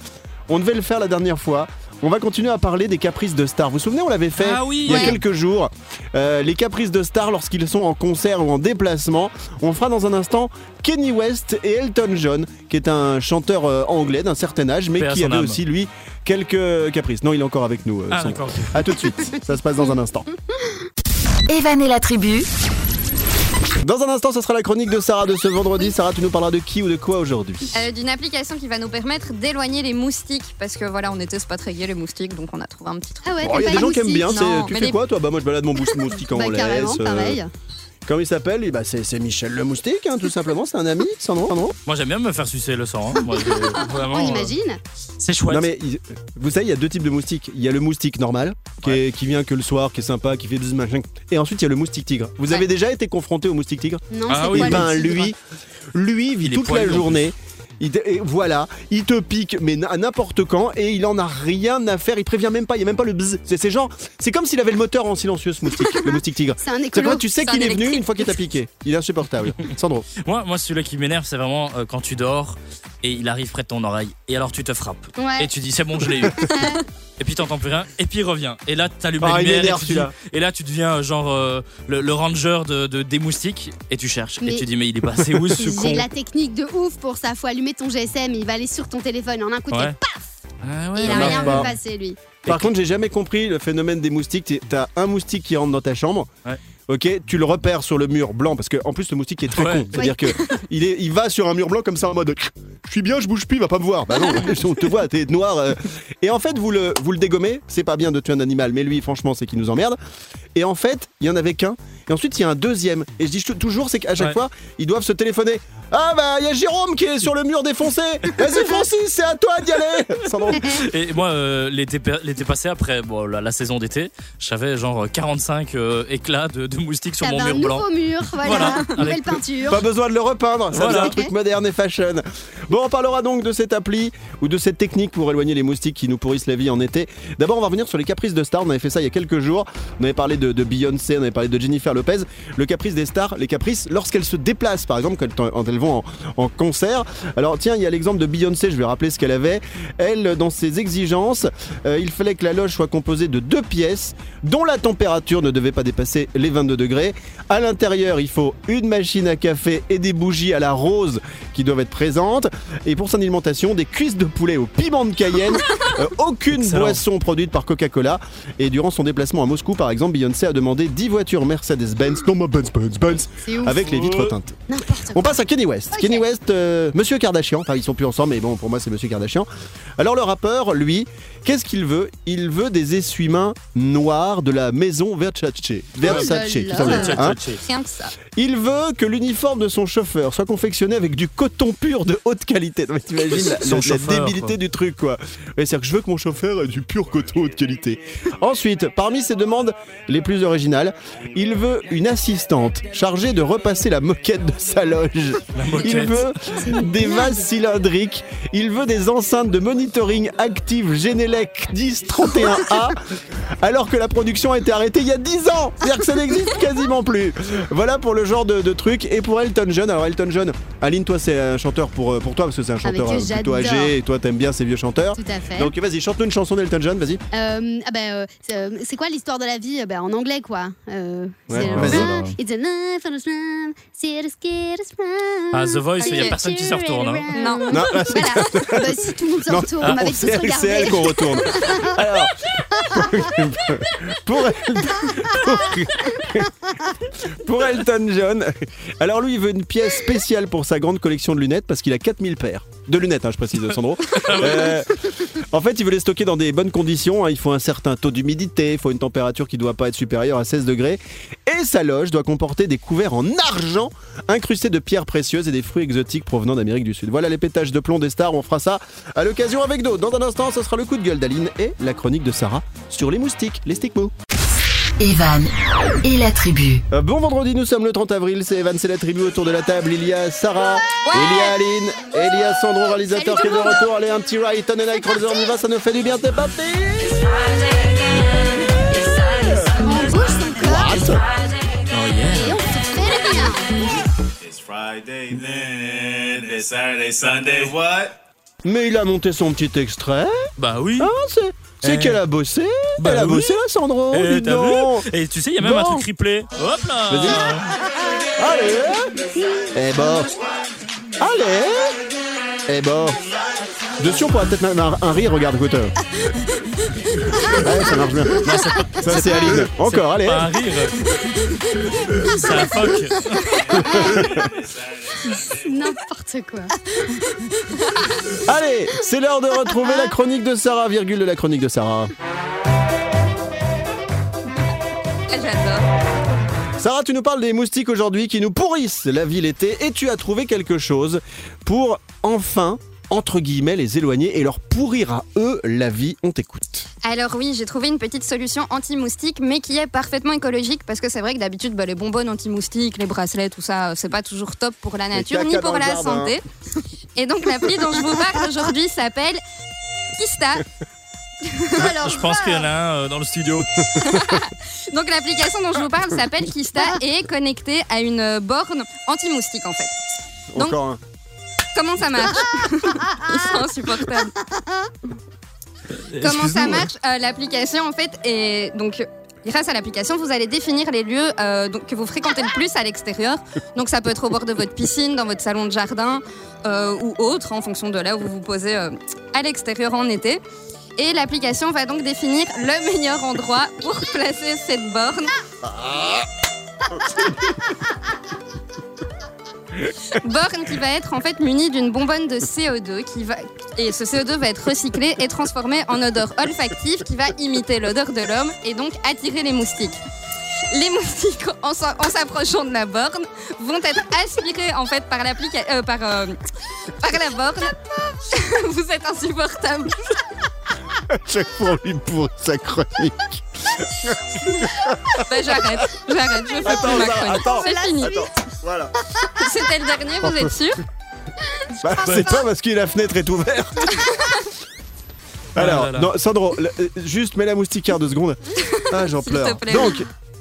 A: On devait le faire la dernière fois. On va continuer à parler des caprices de stars. Vous vous souvenez, on l'avait fait
B: Ah oui.
A: il y a
B: Ouais.
A: quelques jours. Euh, les caprices de stars lorsqu'ils sont en concert ou en déplacement. On fera dans un instant Kenny West et Elton John, qui est un chanteur euh, anglais d'un certain âge, mais
B: Paix à
A: qui
B: son
A: avait
B: âme.
A: aussi, lui, quelques caprices. Non, il est encore avec nous. euh,
B: Ah,
A: son-
B: d'accord.
A: à tout de suite, ça se passe dans un instant.
E: Evan et la tribu.
A: Dans un instant, ce sera la chronique de Sarah de ce vendredi. Sarah, tu nous parleras de qui ou de quoi aujourd'hui
D: Euh, D'une application qui va nous permettre d'éloigner les moustiques parce que voilà, on était spatrégués les moustiques donc on a trouvé un petit truc.
C: Ah ouais,
A: Bon, Oh, Il y a
C: t'as
A: des
C: pas
A: gens
C: eu
A: qui aiment bien,
C: aussi.
A: c'est
D: Non,
A: tu
D: mais
A: fais
D: les-
A: quoi toi Bah moi je balade mon bous- moustique en
C: Bah
A: laisse.
C: carrément,
A: euh,
C: pareil.
A: Comment il s'appelle Eh bah, C'est c'est Michel le moustique, hein, tout simplement, c'est un ami, Sandro. Sandro.
B: Moi j'aime bien me faire sucer le sang. hein. Moi, j'ai- vraiment,
C: On
B: euh,
C: imagine.
B: C'est chouette.
A: Non mais il- vous savez, il y a deux types de moustiques. Il y a le moustique normal, qui, est- qui vient que le soir, qui est sympa, qui fait des machin. Et ensuite, il y a le moustique tigre. Vous avez déjà été confronté au moustique tigre
C: Non,
B: Ah
C: c'est
B: oui.
C: quoi
A: Eh ben
C: le tigre
A: lui, lui vit
B: Il est
A: toute la
B: poilu, en
A: journée. Il te- et voilà, il te pique, mais à n'importe quand, et il en a rien à faire. Il prévient même pas, il y a même pas le buzz. C'est c'est genre, c'est comme s'il avait le moteur en silencieux, ce moustique, le moustique tigre.
C: C'est un
A: C'est
C: écolo.
A: quand tu sais
D: c'est
A: qu'il
D: un
A: est venu
D: électrique.
A: une fois qu'il t'a piqué. Il est insupportable. Sandro.
B: Moi, moi celui qui m'énerve, c'est vraiment euh, quand tu dors et il arrive près de ton oreille. Et alors tu te frappes. Et
C: Ouais.
B: tu dis, c'est bon, je l'ai eu. et puis t'entends plus rien. Et puis il revient. Et là, t'allumes
A: Ah,
B: la
A: il
B: lumière.
A: m'énerve,
B: et, tu dis-
A: celui-là.
B: et là, tu deviens euh, genre euh, le, le ranger de, de- des moustiques. Et tu cherches.
C: Mais-
B: Et tu dis, mais il est passé où ce con
C: J'ai la technique de ouf pour ça. Faut allumer ton GSM, il va aller sur ton téléphone en un coup de
B: Ouais.
C: tête.
B: Ah
C: Et
B: ouais.
C: il a
A: marche
C: rien
A: pas.
C: vu passer, lui.
A: Par contre, j'ai jamais compris le phénomène des moustiques. T'es- T'as un moustique qui rentre dans ta chambre.
B: Ouais.
A: Ok, tu le repères sur le mur blanc parce que en plus le moustique est très
B: Ouais.
A: con, c'est-à-dire que il est, il va sur un mur blanc comme ça en mode, je suis bien, je bouge plus, il va pas me voir. Bah non, on te voit, t'es noir. euh. Et en fait, vous le, vous le dégommez. C'est pas bien de tuer un animal, mais lui, franchement, c'est qu'il nous emmerde. Et en fait, il y en avait qu'un. Et ensuite, il y a un deuxième. Et je dis tou- toujours, c'est qu'à chaque
B: Ouais.
A: fois, ils doivent se téléphoner. Ah bah, il y a Jérôme qui est sur le mur défoncé. Vas-y, Francis, c'est à toi d'y aller. Sandro.
B: Et moi, euh, l'été per- l'été passé, après bon, la, la saison d'été, j'avais genre 45 euh, éclats de, de moustiques sur mon
C: T'avais un
B: mur blanc.
C: nouveau mur, voilà.
B: Voilà,
C: Nouvelle
B: avec
C: peinture.
A: Pas besoin de le repeindre, ça
B: Voilà.
A: faisait un truc moderne et fashion. Bon, Bon, on parlera donc de cette appli ou de cette technique pour éloigner les moustiques qui nous pourrissent la vie en été. D'abord, on va revenir sur les caprices de stars. On avait fait ça il y a quelques jours. On avait parlé de, de Beyoncé, on avait parlé de Jennifer Lopez. Le caprice des stars, les caprices lorsqu'elles se déplacent, par exemple, quand, quand elles vont en, en concert. Alors, tiens, il y a l'exemple de Beyoncé, je vais rappeler ce qu'elle avait. Elle, dans ses exigences, euh, il fallait que la loge soit composée de deux pièces dont la température ne devait pas dépasser les 22 degrés. À l'intérieur, il faut une machine à café et des bougies à la rose qui doivent être présentes. Et pour son alimentation, des cuisses de poulet au piment de Cayenne, euh, aucune
B: Excellent.
A: boisson produite par Coca-Cola. Et durant son déplacement à Moscou, par exemple, Beyoncé a demandé 10 voitures Mercedes-Benz, non, moi, Benz, Benz, Benz,
C: C'est ouf.
A: avec les vitres teintées.
C: N'importe
A: On
C: quoi.
A: passe à Kenny West.
C: Ok.
A: Kenny West, euh, Monsieur Kardashian. Enfin, ils sont plus ensemble, mais bon, pour moi, c'est Monsieur Kardashian. Alors, le rappeur, lui, qu'est-ce qu'il veut Il veut des essuie-mains noirs de la maison Versace. Versace.
C: Oh là
A: tout simplement,
C: là.
A: hein.
D: Rien que ça.
A: Il veut que l'uniforme de son chauffeur soit confectionné avec du coton pur de haute qualité. Non, mais t'imagines la,
B: Son
A: la- la
B: chauffeur,
A: débilité
B: quoi.
A: du truc, quoi. Ouais, C'est-à-dire que je veux que mon chauffeur ait du pur coton haute qualité. Ensuite, parmi ses demandes les plus originales, il veut une assistante chargée de repasser la moquette de sa loge. Il
B: moquette.
A: veut des vases cylindriques. Il veut des enceintes de monitoring active Genelec 1031A, alors que la production a été arrêtée il y a 10 ans. C'est-à-dire que ça n'existe quasiment plus. Voilà pour le genre de, de truc. Et pour Elton John, alors Elton John, Aline, toi c'est un chanteur pour, euh, pour toi, parce que c'est un chanteur
C: que
A: euh, plutôt
C: j'adore.
A: âgé, et toi t'aimes bien ces vieux chanteurs.
C: Tout à fait.
A: Donc vas-y, chante-nous une chanson d'Elton John, vas-y.
C: Euh, ah bah, euh, c'est euh, c'est quoi l'histoire de la vie euh, bah, En anglais, quoi. Euh,
A: Ouais,
C: c'est,
A: vas-y.
C: Ah, It's a life on a slam, see it, skid, it's round.
B: Ah, The Voice,
D: il y a
B: personne qui se retourne, hein.
D: Non.
C: Voilà.
A: Non, là, c'est-
C: Bah, si tout le monde se
A: Non,
C: retourne,
A: ah,
C: on m'avait
A: on
C: tous
A: sait- c'est
C: regardé.
A: elle qu'on retourne. Alors, pour, pour Elton John, alors lui, il veut une pièce spéciale pour sa grande collection de lunettes parce qu'il a 4000 paires. De lunettes, hein, je précise, Sandro. Euh, en fait, il veut les stocker dans des bonnes conditions. hein. Il faut un certain taux d'humidité, il faut une température qui ne doit pas être supérieure à 16 degrés. Et sa loge doit comporter des couverts en argent incrustés de pierres précieuses et des fruits exotiques provenant d'Amérique du Sud. Voilà les pétages de plomb des stars. On fera ça à l'occasion avec d'autres. Dans un instant, ce sera le coup de gueule d'Aline et la chronique de Sarah sur les moustiques, les stigmos.
E: Evan et la tribu.
A: Euh, Bon vendredi, nous sommes le 30 avril, c'est Evan, c'est la tribu autour de la table, il y a Sarah, il y a Aline, il y a Sandro, réalisateur qui est de retour, allez un petit ride, Tonnel Night Crawlers, on y va, ça nous fait du bien, t'es parti
C: On bouge son corps
B: Oh,
C: et on se fait le bien.
G: It's Friday then, it's Saturday, Sunday, what?
A: Mais il a monté son petit extrait,
B: Bah oui.
A: Ah, c'est c'est
B: Eh.
A: qu'elle a bossé,
B: Bah
A: elle a
B: oui.
A: bossé la Sandro,
B: Eh,
A: oh, dis
B: t'as vu
A: donc.
B: Et tu sais, il y a même un
A: Bon.
B: truc replay. Hop là
A: Allez Eh ben Allez Eh ben Dessus, on pourra peut-être même un, un rire, regarde, écoute. Ouais, ça marche bien. ça, c'est Aline. Encore, allez.
B: Pas un rire. C'est la phoque.
C: N'importe quoi.
A: Allez, c'est l'heure de retrouver la chronique de Sarah, virgule de la chronique de Sarah.
D: Ah, J'adore.
A: Sarah, tu nous parles des moustiques aujourd'hui qui nous pourrissent la vie l'été et tu as trouvé quelque chose pour enfin, entre guillemets, les éloigner et leur pourrir à eux la vie. On t'écoute.
D: Alors oui, j'ai trouvé une petite solution anti-moustique, mais qui est parfaitement écologique, parce que c'est vrai que d'habitude, bah, les bonbonnes anti-moustiques, les bracelets, tout ça, euh, c'est pas toujours top pour la nature
A: caca
D: ni
A: dans
D: pour
A: le
D: la
A: jardin. hein.
D: santé. Et donc l'appli dont je vous parle aujourd'hui s'appelle Kista.
C: Alors,
B: Je pense qu'il y en a un euh, dans le studio.
D: Donc l'application dont je vous parle s'appelle Kista et est connectée à une euh, borne anti-moustique en fait. Donc-
A: Encore un.
D: Comment ça marche Ils sont insupportables. Comment ça
B: Excuse-nous, hein.
D: marche Euh, L'application en fait est donc Grâce à l'application, vous allez définir les lieux euh, donc, que vous fréquentez le plus à l'extérieur. Donc ça peut être au bord de votre piscine, dans votre salon de jardin euh, ou autre, en fonction de là où vous vous posez euh, à l'extérieur en été. Et l'application va donc définir le meilleur endroit pour placer cette borne. Borne qui va être en fait munie d'une bonbonne de CO2 qui va et ce CO2 va être recyclé et transformé en odeur olfactive qui va imiter l'odeur de l'homme et donc attirer les moustiques. Les moustiques, en s'en- en s'approchant de la borne, vont être aspirés en fait par l'applica- euh, par, euh, par la borne. Vous êtes insupportable.
A: Chaque fois, on lui pourrit sa chronique.
D: Bah, j'arrête, j'arrête, je fais plus
A: Attends,
D: ma
A: Sarah,
D: chronique.
A: attends.
D: C'est fini.
A: Attends, voilà.
D: C'était le dernier, vous êtes sûr
A: Bah,
D: pense
A: c'est
D: Ah, pas.
A: pas parce que la fenêtre est ouverte.
B: Ah là
A: Alors,
B: là.
A: non, Sandro, le- euh, juste mets la moustiquaire deux secondes. Ah, j'en
D: S'il
A: pleure.
D: te plaît.
A: Donc,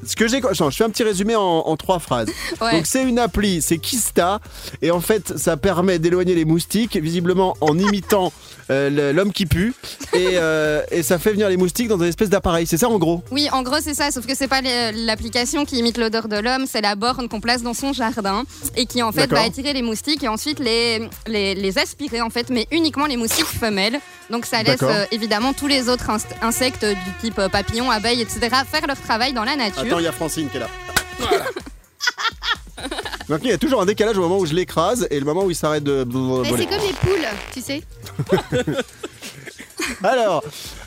A: ce que j'ai. Attends, je fais un petit résumé en, en trois phrases.
D: Ouais.
A: Donc, c'est une appli, c'est Kista. Et en fait, ça permet d'éloigner les moustiques, visiblement en imitant euh, le- l'homme qui pue. Et, euh, et ça fait venir les moustiques dans un espèce d'appareil. C'est ça en gros
D: Oui, en gros, c'est ça, sauf que c'est pas les- euh, l'application qui imite l'odeur de l'homme, c'est la borne qu'on place dans son jardin et qui en fait
A: D'accord.
D: va attirer les moustiques et ensuite les, les, les aspirer en fait, mais uniquement les moustiques femelles. Donc ça laisse
A: D'accord.
D: euh, évidemment tous les autres inst- insectes du type euh, papillon, abeilles, etc. faire leur travail dans la nature.
A: Attends, il y a Francine qui est là. Donc il y a toujours un décalage au moment où je l'écrase et le moment où il s'arrête de
C: Mais
A: voler.
C: c'est comme les poules, tu sais.
A: Alors,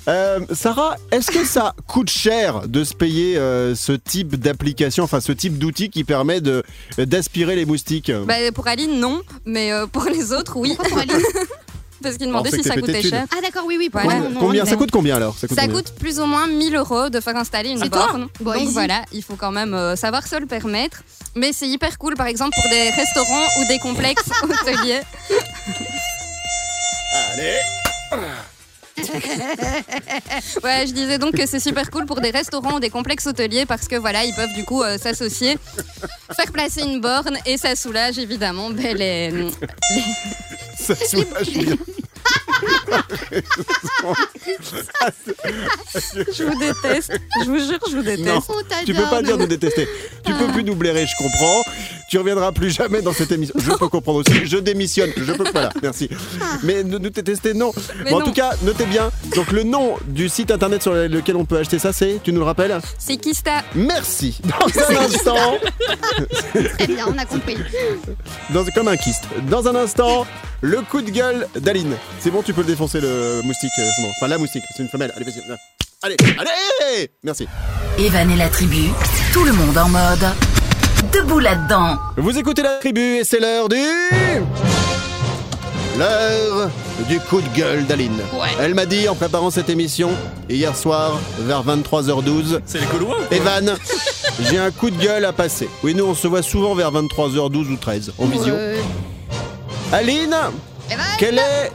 A: euh, Sarah, est-ce que ça coûte cher de se payer euh, ce type d'application, enfin ce type d'outil qui permet de d'aspirer les moustiques
D: Bah, pour Aline, non, mais euh, pour les autres, oui,
C: Pourquoi pour aller
D: parce qu'ils
A: Alors,
D: demandaient
A: c'est
D: si
A: que
D: ça
A: t'es
D: coûtait
A: têtude.
D: cher.
C: Ah d'accord, oui, oui. pour
D: Voilà.
C: aller, on- on y
A: Combien
C: va.
A: ça coûte combien alors coûte
D: Ça
A: combien
D: coûte plus ou moins 1000 euros de faire installer une
C: C'est toi
D: borne.
C: Bon,
D: Donc
C: easy.
D: voilà, il faut quand même euh, savoir se le permettre. Mais c'est hyper cool, par exemple, pour des restaurants ou des complexes hôteliers. Allez Ouais, je disais donc que c'est super cool pour des restaurants ou des complexes hôteliers parce que voilà, ils peuvent du coup euh, s'associer, faire placer une borne et ça soulage évidemment ben, les,
A: Ça soulage bien.
D: Je vous déteste. Je vous jure, je
A: Non,
D: vous déteste.
C: On t'adore,
A: tu peux pas dire de
C: Nono.
A: détester. Tu peux plus nous blairer, je comprends. Tu reviendras plus jamais dans cette émission. Je peux comprendre aussi. Je démissionne. Je peux pas là. Merci. Mais nous, nous détester, non.
D: Mais
A: Bon, en
D: non.
A: tout cas, notez bien. Donc le nom du site internet sur lequel on peut acheter ça, c'est. Tu nous le rappelles
D: C'est Kista.
A: Merci. Dans un instant.
C: Très bien, on a compris.
A: Dans- comme un kyste. Dans un instant, le coup de gueule d'Aline. C'est bon, tu peux le défoncer le moustique. euh, c'est bon. Enfin, la moustique, c'est une femelle. Allez, vas-y. viens. Allez, allez Merci.
E: Evan et la tribu, tout le monde en mode. Debout là-dedans.
A: Vous écoutez la tribu et c'est l'heure du. L'heure du coup de gueule d'Aline. Elle m'a dit en préparant cette émission, hier soir, vers 23h12,
B: C'est les Gaulois ou quoi
A: Evan, j'ai un coup de gueule à passer. Oui, nous, on se voit souvent vers 23h12 ou 13 en visio.
C: Euh,
A: Aline, quel est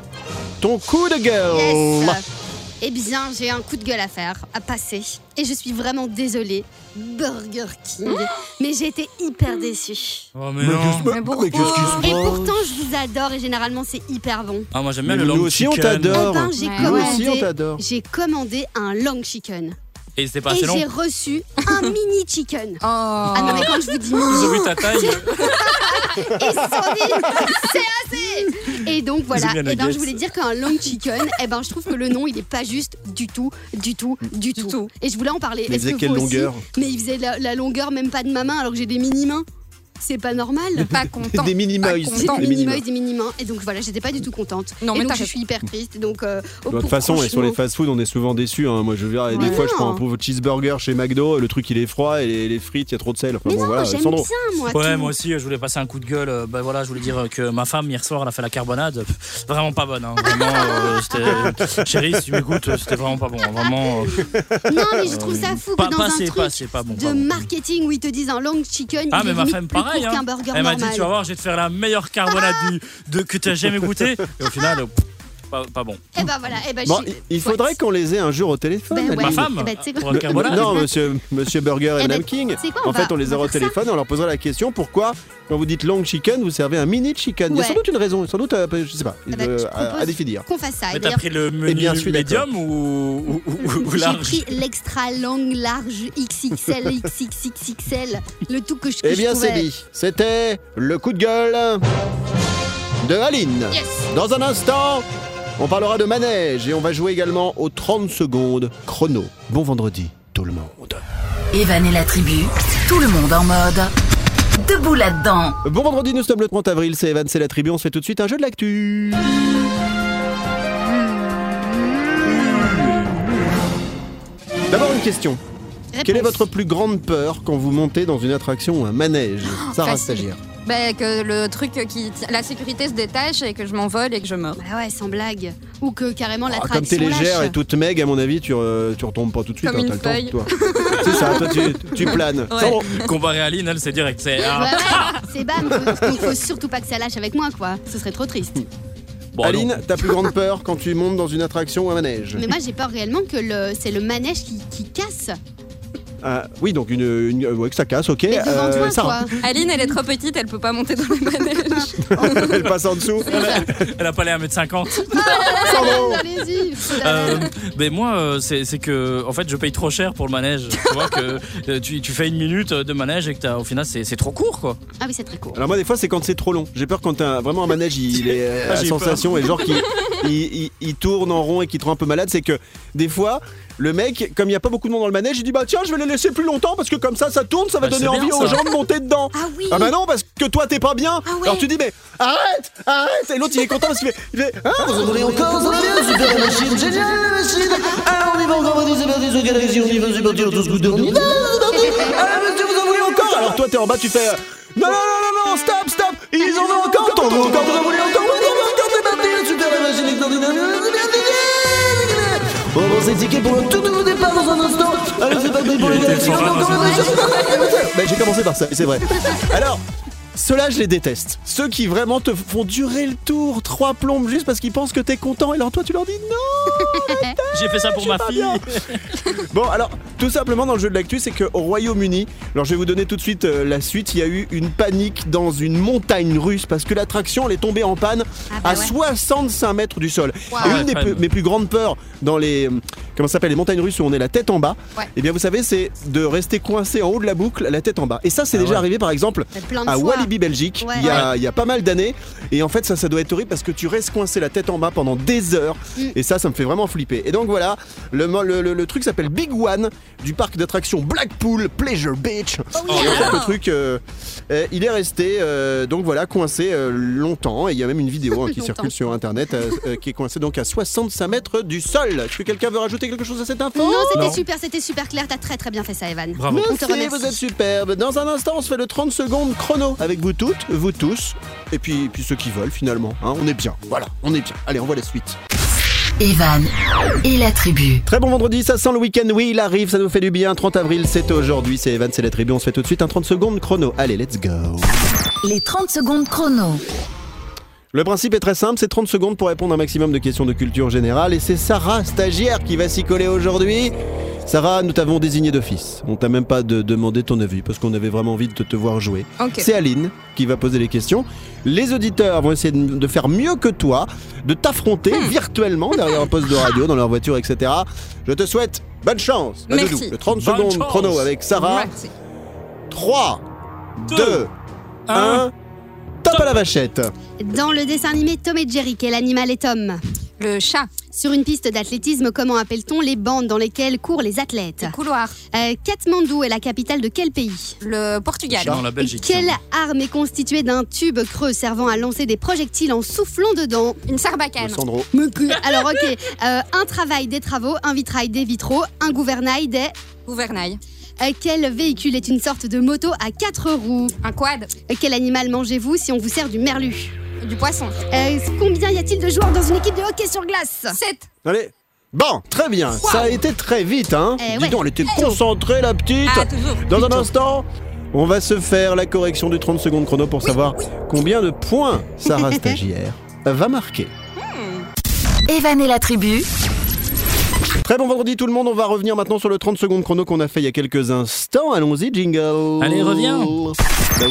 A: ton coup de gueule
C: yes. Eh bien, j'ai un coup de gueule à faire, à passer. Et je suis vraiment désolée. Burger King. Mais j'ai été hyper déçue.
B: Oh, mais non.
D: Mais pourquoi
C: Et pourtant, je vous adore et généralement, c'est hyper bon.
B: Ah, moi j'aime bien
A: Mais
B: le
A: nous
B: lamb
A: aussi, on
B: chicken.
A: t'adore.
C: Eh ben, j'ai
D: Ouais.
A: Nous aussi, on
C: commandé,
A: t'adore.
C: j'ai commandé un long chicken.
B: Et c'était pas
C: et
B: assez long.
C: j'ai reçu un mini chicken.
D: Oh.
C: Bah, Ah non, mais quand je vous dis
B: Ils ont
C: mini,
B: vu ta taille.
C: Ils se sont dit, c'est assez Et donc voilà,
B: mis un
C: et ben,
B: nugget.
C: je voulais dire qu'un long chicken, et ben, je trouve que le nom il est pas juste du tout, du tout, du, tout.
D: tout.
C: Et je voulais en parler.
A: Mais il
C: Est-ce
A: faisait
C: que
A: quelle
C: vous aussi
A: longueur
C: Mais il faisait la, la longueur même pas de ma main alors que j'ai des mini-mains. C'est pas normal.
D: Pas content.
A: Des minimoys.
D: Pas
C: J'ai
D: Content.
C: des mini-mains et des mini-mains. Et donc voilà, j'étais pas du tout contente.
D: Non,
C: et
D: mais
C: donc
D: t'as
C: je suis hyper triste. Donc, euh, oh,
A: De toute
C: pour-
A: façon, et sur les
C: franchement,
A: fast-food, on est souvent déçus. hein. Moi, je viens, et des
C: Mais
A: fois, je
C: non.
A: prends un pauvre cheeseburger chez McDo, le truc il est froid et les, les frites, il y a trop de sel. Enfin,
C: Mais
A: bon,
C: non,
A: voilà,
C: j'aime
A: Sandro.
C: bien moi.
B: Ouais,
C: tout.
B: moi aussi, euh, je voulais passer un coup de gueule. Euh, bah voilà, je voulais dire euh, que ma femme, hier soir, elle a fait la carbonade. Pff, Vraiment pas bonne. Hein. Vraiment, euh, c'était. Chérie, si tu m'écoutes, euh, c'était vraiment pas bon. Vraiment. euh,
C: Non, mais je trouve ça fou
B: pas,
C: que dans
B: pas,
C: un
B: c'est,
C: truc
B: pas, c'est pas bon.
C: de
B: pas bon.
C: marketing où ils te disent un long chicken,
B: Ah,
C: il
B: mais
C: est
B: ma
C: limite
B: femme,
C: plus
B: pareil.
C: court
B: hein.
C: qu'un burger
B: Elle m'a
C: normal.
B: dit, tu vas voir, je vais te faire la meilleure carbonade du- de, que tu as jamais goûtée. Et au final, euh, pff, pas, pas bon.
C: Eh ben voilà, eh ben
A: Bon,
C: je-
A: il- il faudrait qu'on les ait un jour au téléphone.
C: Ben
A: Aline.
B: Ma
C: Ouais.
B: femme,
C: Eh ben, tu sais quoi
B: pour la
A: Le-
B: carbonade.
A: non, euh, monsieur, monsieur Burger et
C: Eh ben,
A: Nam King.
C: c'est quoi, on
A: en fait,
C: va-
A: on les
C: on
A: aura
C: va
A: au
C: faire
A: téléphone et on leur posera la question pourquoi, quand vous dites long chicken, vous servez un mini chicken Il y a
C: Ouais.
A: sans doute une raison, sans doute, euh, je sais pas,
C: Eh ben,
A: euh,
C: je
A: à, à
C: propose-
A: définir.
C: qu'on fasse ça.
B: Mais t'as
C: Et d'ailleurs,
B: pris le
A: Eh bien, je
B: menu
A: suis d'accord.
B: médium ou, ou- ou- ou
C: J'ai
B: large
C: pris l'extra long, large, XXL, XXXXL, le tout que je que
A: Eh
C: je
A: bien, c'est
C: trouvais.
A: dit. C'était le coup de gueule de Aline.
C: Yes
A: Dans un instant, on parlera de manège et on va jouer également aux 30 secondes chrono. Bon vendredi, tout le monde.
E: Evan et la tribu, tout le monde en mode. Debout là-dedans.
A: Bon vendredi, nous sommes le 30 avril, c'est Evan, c'est la tribu, on se fait tout de suite un jeu de l'actu. D'abord une question. Quelle est
C: Réponse.
A: votre plus grande peur quand vous montez dans une attraction ou un manège
C: Oh,
A: Sarah
D: facile.
A: Stagiaire.
D: Bah, que le truc qui. tient- La sécurité se détache et que je m'envole et que je meurs.
C: Bah ouais, sans blague. Ou que carrément la
A: Ah, comme t'es
C: traction
A: légère
C: lâche.
A: et toute meg, à mon avis, euh, tu, re- tu retombes pas tout de suite.
D: Comme
A: hein,
D: une
A: t'as le temps,
D: feuille.
A: toi. C'est ça, toi tu, tu planes.
D: Ouais.
B: Comparé à Lynn, elle, c'est direct. C'est, ah.
C: Ouais, ouais, c'est bam, faut, donc faut surtout pas que ça lâche avec moi quoi, ce serait trop triste.
B: Bon,
A: Aline,
B: non.
A: ta plus grande peur quand tu montes dans une attraction ou un manège
C: Mais moi j'ai peur réellement que le, c'est le manège qui, qui casse.
A: Ah, Oui, donc une, une- euh, ouais, que ça casse, ok.
C: Mais devant
A: euh,
C: toi
A: Sarah,
C: quoi.
D: Aline, elle est trop petite, elle peut pas monter dans le manège.
A: elle passe en dessous.
B: elle a pas l'air à 1m50.
A: Sandro
C: Allez-y.
B: Euh, mais moi, euh, c'est, c'est que, en fait, je paye trop cher pour le manège. Tu vois que euh, tu, tu fais une minute euh, de manège et que t'as- au final, c'est, c'est trop court, quoi.
C: Ah oui c'est très court.
A: Alors moi des fois c'est quand c'est trop long. J'ai peur quand t'as vraiment un manège, il, il est euh,
B: Ah,
A: à
B: j'ai eu
A: sensation et le genre qui il, il- il tourne en rond et qui te rend un peu malade, c'est que des fois le mec, comme il n'y a pas beaucoup de monde dans le manège, il dit bah tiens je vais les laisser plus longtemps parce que comme ça ça tourne, ça va
B: Bah,
A: donner
B: c'est
A: envie
B: bien,
A: aux
B: ça.
A: gens de monter dedans.
C: Ah oui. Ah
A: Ah bah non parce que toi t'es pas bien.
C: ouais.
A: Alors tu dis mais arrête, arrête. Et l'autre il est content parce qu'il fait, il fait, Ah,
H: Vous voulez encore, vous voulez Super la machine, génial la machine Ah, on y va encore, on y va, on y va, galaxie, on y va, c'est parti, on tous goûte, on y va, on y va Ah, monsieur, vous en voulez encore
A: Alors toi t'es en bas, tu fais euh, non non non non non stop stop, ils en ont encore, t'en veux encore, t'en veux encore, t'en veux encore.
H: Super la machine extraordinaire, c'est parti, on va prendre ces tickets pour un tout nouveau départ dans un instant Allez, c'est parti pour les galaxies, on y va encore, on y va, on y va, on y va
A: Mais j'ai commencé par ça, c'est vrai. Alors, ceux-là, je les déteste. Ceux qui vraiment te font durer le tour, trois plombes, juste parce qu'ils pensent que t'es content, et alors toi, tu leur dis non
B: J'ai fait ça pour ma
A: pas
B: fille.
A: bien. Bon, alors, tout simplement, dans le jeu de l'actu, c'est qu'au Royaume-Uni, alors je vais vous donner tout de suite euh, la suite, il y a eu une panique dans une montagne russe, parce que l'attraction, elle est tombée en panne
C: Ah bah
A: à
C: ouais.
A: 65 mètres du sol.
D: Waouh.
A: Et
B: Ouais,
A: une des
B: quand même.
A: pe- mes plus grandes peurs dans les euh, comment ça s'appelle les montagnes russes où on est la tête en bas.
D: Ouais.
A: Et bien vous savez, c'est de rester coincé en haut de la boucle, la tête en bas. Et ça, c'est
B: Ah
A: déjà
B: ouais.
A: arrivé par exemple
C: Mais plein de
A: à
C: fois. hein.
A: Walibi Belgique
C: Ouais.
A: il, y a, il y a pas mal d'années. Et en fait, ça, ça doit être horrible parce que tu restes coincé la tête en bas pendant des heures.
C: Mm.
A: Et ça, ça me fait vraiment flipper. Et donc voilà, le mo- le, le- le truc s'appelle Big One du parc d'attractions Blackpool Pleasure Beach.
C: Oh
A: Et en fait,
C: Ah.
A: le truc, euh, euh, il est resté euh, donc voilà coincé euh, longtemps. Et il y a même une vidéo hein, qui
C: Longtemps.
A: circule sur internet euh, euh, qui est coincée donc à 65 mètres du sol. Est-ce que quelqu'un veut rajouter quelque chose à cette info
C: Non c'était
B: Non.
C: super, c'était super clair, t'as très très bien fait ça Evan.
B: Bravo.
C: On
A: Merci,
C: te remercie.
A: vous êtes superbe. Dans un instant, on se fait le 30 secondes chrono avec vous toutes, vous tous, et puis, et puis ceux qui veulent finalement. hein. on est bien, voilà, on est bien. Allez, on voit la suite.
E: Evan et la tribu.
A: Très bon vendredi, ça sent le week-end, oui, il arrive, ça nous fait du bien. 30 avril, c'est aujourd'hui, c'est Evan, c'est la tribu. On se fait tout de suite un 30 secondes chrono. Allez, let's go.
E: Les 30 secondes chrono.
A: Le principe est très simple, c'est 30 secondes pour répondre à un maximum de questions de culture générale et c'est Sarah, stagiaire, qui va s'y coller aujourd'hui. Sarah, nous t'avons désigné d'office. On t'a même pas de- demandé ton avis parce qu'on avait vraiment envie de te voir jouer.
D: Ok.
A: C'est Aline qui va poser les questions. Les auditeurs vont essayer de, de faire mieux que toi, de t'affronter
D: Hmm.
A: virtuellement derrière un poste de radio, dans leur voiture, etc. Je te souhaite bonne chance. la
D: Merci.
A: doudou. Le 30
B: Bonne
A: secondes
B: chance.
A: chrono avec Sarah.
B: Ah.
D: Merci.
A: 3, 2,
B: Deux,
A: 1.
B: Hein
A: Top à la vachette.
C: Dans le dessin animé Tom et Jerry, quel animal est Tom
D: Le chat,
C: Sur une piste d'athlétisme, comment appelle-t-on les bandes dans lesquelles courent les athlètes
D: le couloir,
C: Euh, Katmandou est la capitale de quel pays
D: le Portugal,
B: Dans la Belgique.
C: Quelle arme est constituée d'un tube creux servant à lancer des projectiles en soufflant dedans
D: une sarbacane,
A: Sandro.
C: Me que- Alors ok, Euh, un travail des travaux, un vitrail des vitraux, un gouvernail des...
D: gouvernail,
C: Euh, quel véhicule est une sorte de moto à quatre roues
D: un quad,
C: Euh, Quel animal mangez-vous si on vous sert du merlu
D: du poisson.
C: Euh, Combien y a-t-il de joueurs dans une équipe de hockey sur glace
D: 7.
A: Allez. Bon, très bien. Ça a été très vite, hein.
C: Eh
A: Dis
C: ouais.
A: donc, elle était concentrée, la petite.
D: Ah, toujours.
A: Dans un instant, on va se faire la correction du 30 secondes chrono pour savoir combien de points Sarah Stagiaire va marquer.
E: Evan et la tribu.
A: Très bon vendredi tout le monde, on va revenir maintenant sur le 30 secondes chrono qu'on a fait il y a quelques instants. Allons-y, jingle.
B: Allez, reviens.
A: Bah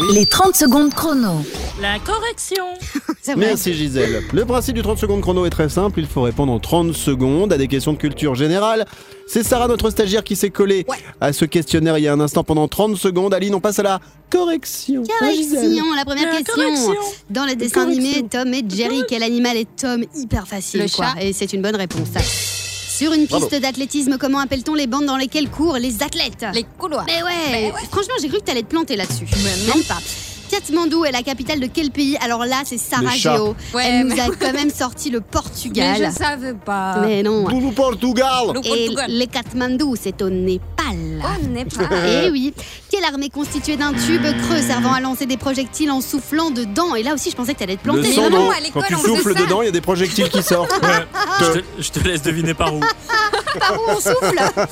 A: oui.
E: Les 30 secondes chrono.
B: La correction.
C: C'est vrai.
A: Merci Gisèle. Le principe du 30 secondes chrono est très simple, il faut répondre en 30 secondes à des questions de culture générale. C'est Sarah, notre stagiaire, qui s'est collée à ce questionnaire il y a un instant pendant 30 secondes. Aline, on passe à la correction. Hein, Gisèle
C: Correction, la première question. Dans le dessin animé Tom et Jerry, quel animal est Tom Hyper facile,
D: Le
C: quoi.
D: chat.
C: Et c'est une bonne réponse. ça. Sur une
A: Bravo.
C: piste d'athlétisme, comment appelle-t-on les bandes dans lesquelles courent les athlètes
D: Les couloirs.
C: Mais ouais. Franchement, j'ai cru que t'allais te planter là-dessus.
D: Mais
C: Même pas. Katmandou est la capitale de quel pays Alors là, c'est Sarajevo.
D: Ouais,
C: Elle nous
D: mais-
C: a quand même sorti le
D: Mais je
C: Portugal.
D: savais pas.
C: Mais non.
A: Doudou Portugal.
D: Le
C: Et
D: Portugal. Oh,
C: les Katmandou, c'est au Népal.
D: On n'est pas.
C: Eh oui, quelle armée constituée d'un tube creux servant à lancer des projectiles en soufflant dedans Et là aussi, je pensais que t'allais te
A: Le
C: planter.
D: son.
C: Vraiment.
A: Sandro,
D: à l'école,
A: quand tu
D: on faisait
A: souffles
D: ça.
A: dedans, il y a des projectiles qui sortent.
B: Ouais, je, te, je te laisse deviner par où. Euh,
C: Par où on souffle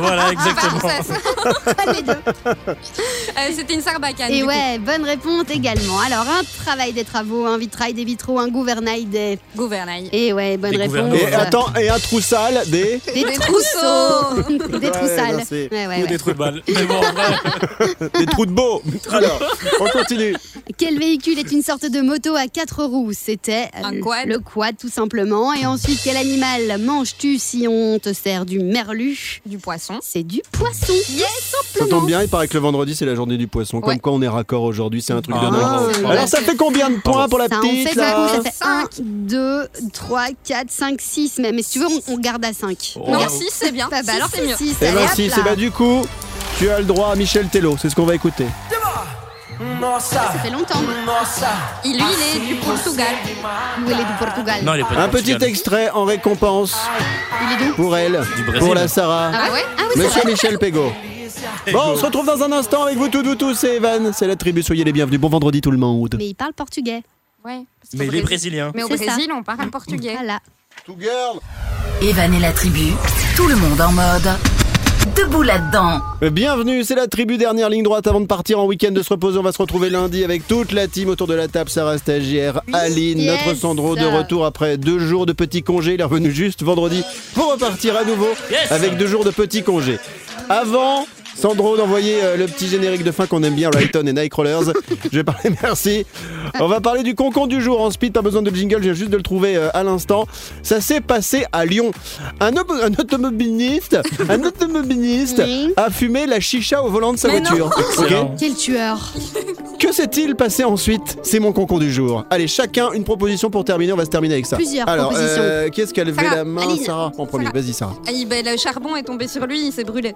B: voilà, exactement.
D: Enfin, Ah, ça-
C: Pas les deux.
D: euh, C'était une sarbacane.
C: Et
D: du coup.
C: ouais, bonne réponse également. Alors, un travail des travaux, un vitrail des vitraux, un gouvernail des.
D: Gouvernail.
C: Et ouais, bonne
B: Des
C: réponse.
B: gouvernails.
A: Et attends, et un troussal des.
C: Des trousseaux Des
A: Ouais,
C: troussales.
A: non, c'est-
C: Ouais, ouais,
B: Ou
C: ouais.
B: des trous de balles. Mais bon, en vrai,
A: Des trous de beau. Alors, on continue.
C: Quel véhicule est une sorte de moto à quatre roues C'était
D: Un
C: le-
D: quad.
C: le quad tout simplement. Et ensuite, quel animal manges-tu si on te sert du merlu
D: Du poisson.
C: C'est du poisson. Yes
A: Ça tombe bien, il paraît que le vendredi c'est la journée du poisson. Comme
D: Ouais.
A: quoi on est raccord aujourd'hui, c'est un truc
B: Ah,
A: de dingue.
C: c'est
A: Alors ça
D: vrai.
A: fait combien de points Ah, pour la
C: Ça, on fait
A: petite là
C: ça fait
D: Cinq.
C: 1, 2, 3, 4, 5, 6 même. Mais si tu veux, on, on garde à 5.
B: Oh.
D: Non, si, c'est bien.
C: Bah, bah,
D: Si,
C: alors
D: c'est mieux.
C: six,
A: Eh
C: allez,
A: ben
C: hop
A: si,
C: là.
A: c'est bah du coup, tu as le droit à Michel Tello, c'est ce qu'on va écouter.
H: Non ça,
C: Ça fait longtemps.
H: non ça.
D: Il, lui, il est du Portugal.
C: Où elle est du Portugal
B: non, il est pas du
A: Un petit
B: Portugal.
A: extrait en récompense
C: Il est d'où
A: pour elle,
B: Du Brésil.
A: pour la Sarah.
C: Ah ouais Ah oui, c'est
A: Monsieur
C: vrai.
A: Michel Pego. Bon, on se retrouve dans un instant avec vous tous, vous tous, c'est Evan, c'est la tribu, soyez les bienvenus. Bon vendredi tout le monde.
C: Mais il parle portugais.
D: Ouais, parce
B: Mais il
D: qu'au
B: est
D: Brésil-
B: brésilien.
D: Mais au
C: C'est ça.
D: Brésil, on parle portugais.
C: Voilà.
E: Evan et la tribu, tout le monde en mode. Debout là-dedans.
A: Bienvenue, c'est la tribu dernière ligne droite avant de partir en week-end de se reposer. On va se retrouver lundi avec toute la team autour de la table. Sarah Stagiaire, Aline,
C: Yes.
A: notre Sandro de retour après deux jours de petits congés. Il est revenu juste vendredi pour repartir à nouveau
B: Yes.
A: avec deux jours de petits congés. Avant. Sandro d'envoyer euh, le petit générique de fin qu'on aime bien, Rayton et Nightcrawlers. Je vais parler, merci. On va parler du concon du jour en speed, pas besoin de jingle, j'ai juste de le trouver euh, à l'instant. Ça s'est passé à Lyon. Un, ob- un automobiliste, un automobiliste
C: Oui.
A: a fumé la chicha au volant de sa
D: Mais
A: voiture.
B: Excellent.
A: Ok
C: Quel tueur
A: que s'est-il passé ensuite C'est mon concours du jour. Allez, chacun une proposition pour terminer. On va se terminer avec ça.
C: Plusieurs
A: Alors,
C: propositions.
A: euh, qui est-ce qui a levé
D: Sarah,
A: la main
C: Aline.
A: Sarah en premier.
D: Sarah.
A: Vas-y, Sarah.
D: Ah, il- ben, le charbon est tombé sur lui, il s'est brûlé.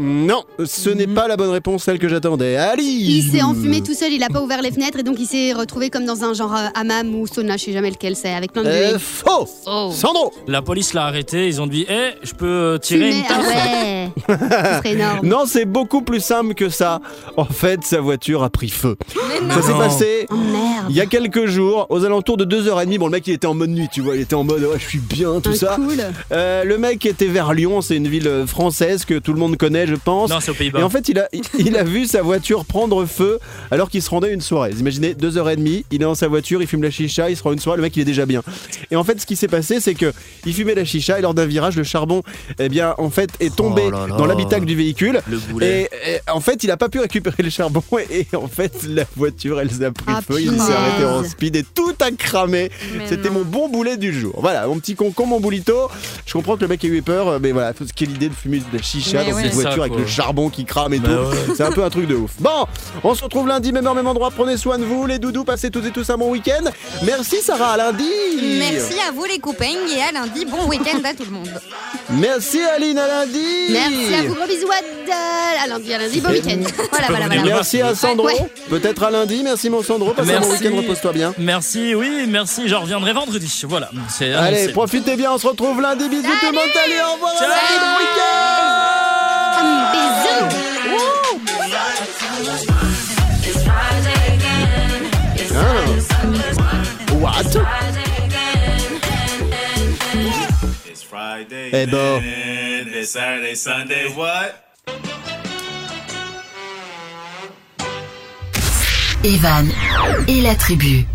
A: Non, ce n'est pas la bonne réponse, celle que j'attendais. Aline
C: Il s'est enfumé tout seul, il a pas ouvert les fenêtres et donc il s'est retrouvé comme dans un genre euh, hammam ou sauna, je sais jamais lequel c'est, avec plein de
A: Euh,
C: buées.
A: faux
C: Oh.
A: Sandro
B: La police l'a arrêté. Ils ont dit Eh, je peux euh, tirer
C: Fumé,
B: une
C: ah
B: taffe
C: ouais Ce serait énorme.
A: Non, c'est beaucoup plus simple que ça. En fait, sa voiture a pris feu.
D: Mais non,
A: Ça s'est
B: Non.
A: passé
C: Oh merde
A: Il y a quelques jours, aux alentours de 2h30, bon le mec il était en mode nuit, tu vois, il était en mode ouais, je suis bien, tout
C: Ah,
A: ça.
C: Cool
A: Euh, le mec était vers Lyon, c'est une ville euh, française que tout le monde connaît, je pense.
B: Non, c'est aux Pays-Bas.
A: Et en fait, il a, il a vu sa voiture prendre feu alors qu'il se rendait à une soirée. Vous imaginez, 2h30, il est dans sa voiture, il fume la chicha, il se rend à une soirée, le mec il est déjà bien. Et en fait, ce qui s'est passé, c'est que il fumait la chicha et lors d'un virage, le charbon, eh bien, en fait, est tombé
B: Oh là là.
A: dans l'habitacle du véhicule.
B: Le boulet.
A: Et, et en fait, il a pas pu récupérer le charbon et, et en fait, la voiture, elle a pris
C: Ah,
A: feu, il s'est
C: punaise.
A: arrêté en speed et tout a cramé.
D: Mais
A: C'était
D: non.
A: mon bon boulet du jour. Voilà, mon petit concon, mon boulito. Je comprends que le mec ait eu peur, euh, mais voilà, quelle idée de fumer de la chicha
D: Mais
A: dans
D: ouais.
A: une
B: C'est ça,
A: voiture avec
B: quoi.
A: le charbon qui crame et
B: Bah
A: tout. C'est un peu un truc de ouf. Bon, on se retrouve lundi, même heure, même endroit. Prenez soin de vous, les doudous. Passez toutes et tous un bon week-end. Merci Sarah, à lundi.
D: Merci à vous les copains et à lundi, bon week-end à tout le monde.
A: Merci Aline, à lundi.
C: Merci à vous, gros bisous à, à lundi, à lundi, bon week-end Voilà, voilà,
B: revenir
C: voilà
A: Merci à Sandro.
C: Ouais.
A: Peut-être à lundi. Merci mon Sandro. Passe un bon
B: Merci.
A: week-end. Repose-toi bien.
B: Merci, oui, merci. Je reviendrai vendredi. Voilà. C'est
A: Allez,
B: annoncé.
A: profitez bien. On se retrouve lundi. Bisous tout le monde. Allez, au revoir. à
B: Ciao.
A: lundi, bon week-end.
C: Un bisou
A: What?
G: It's Friday.
A: Eh ben.
G: then it's Saturday, Sunday, what?
E: Evan et la tribu.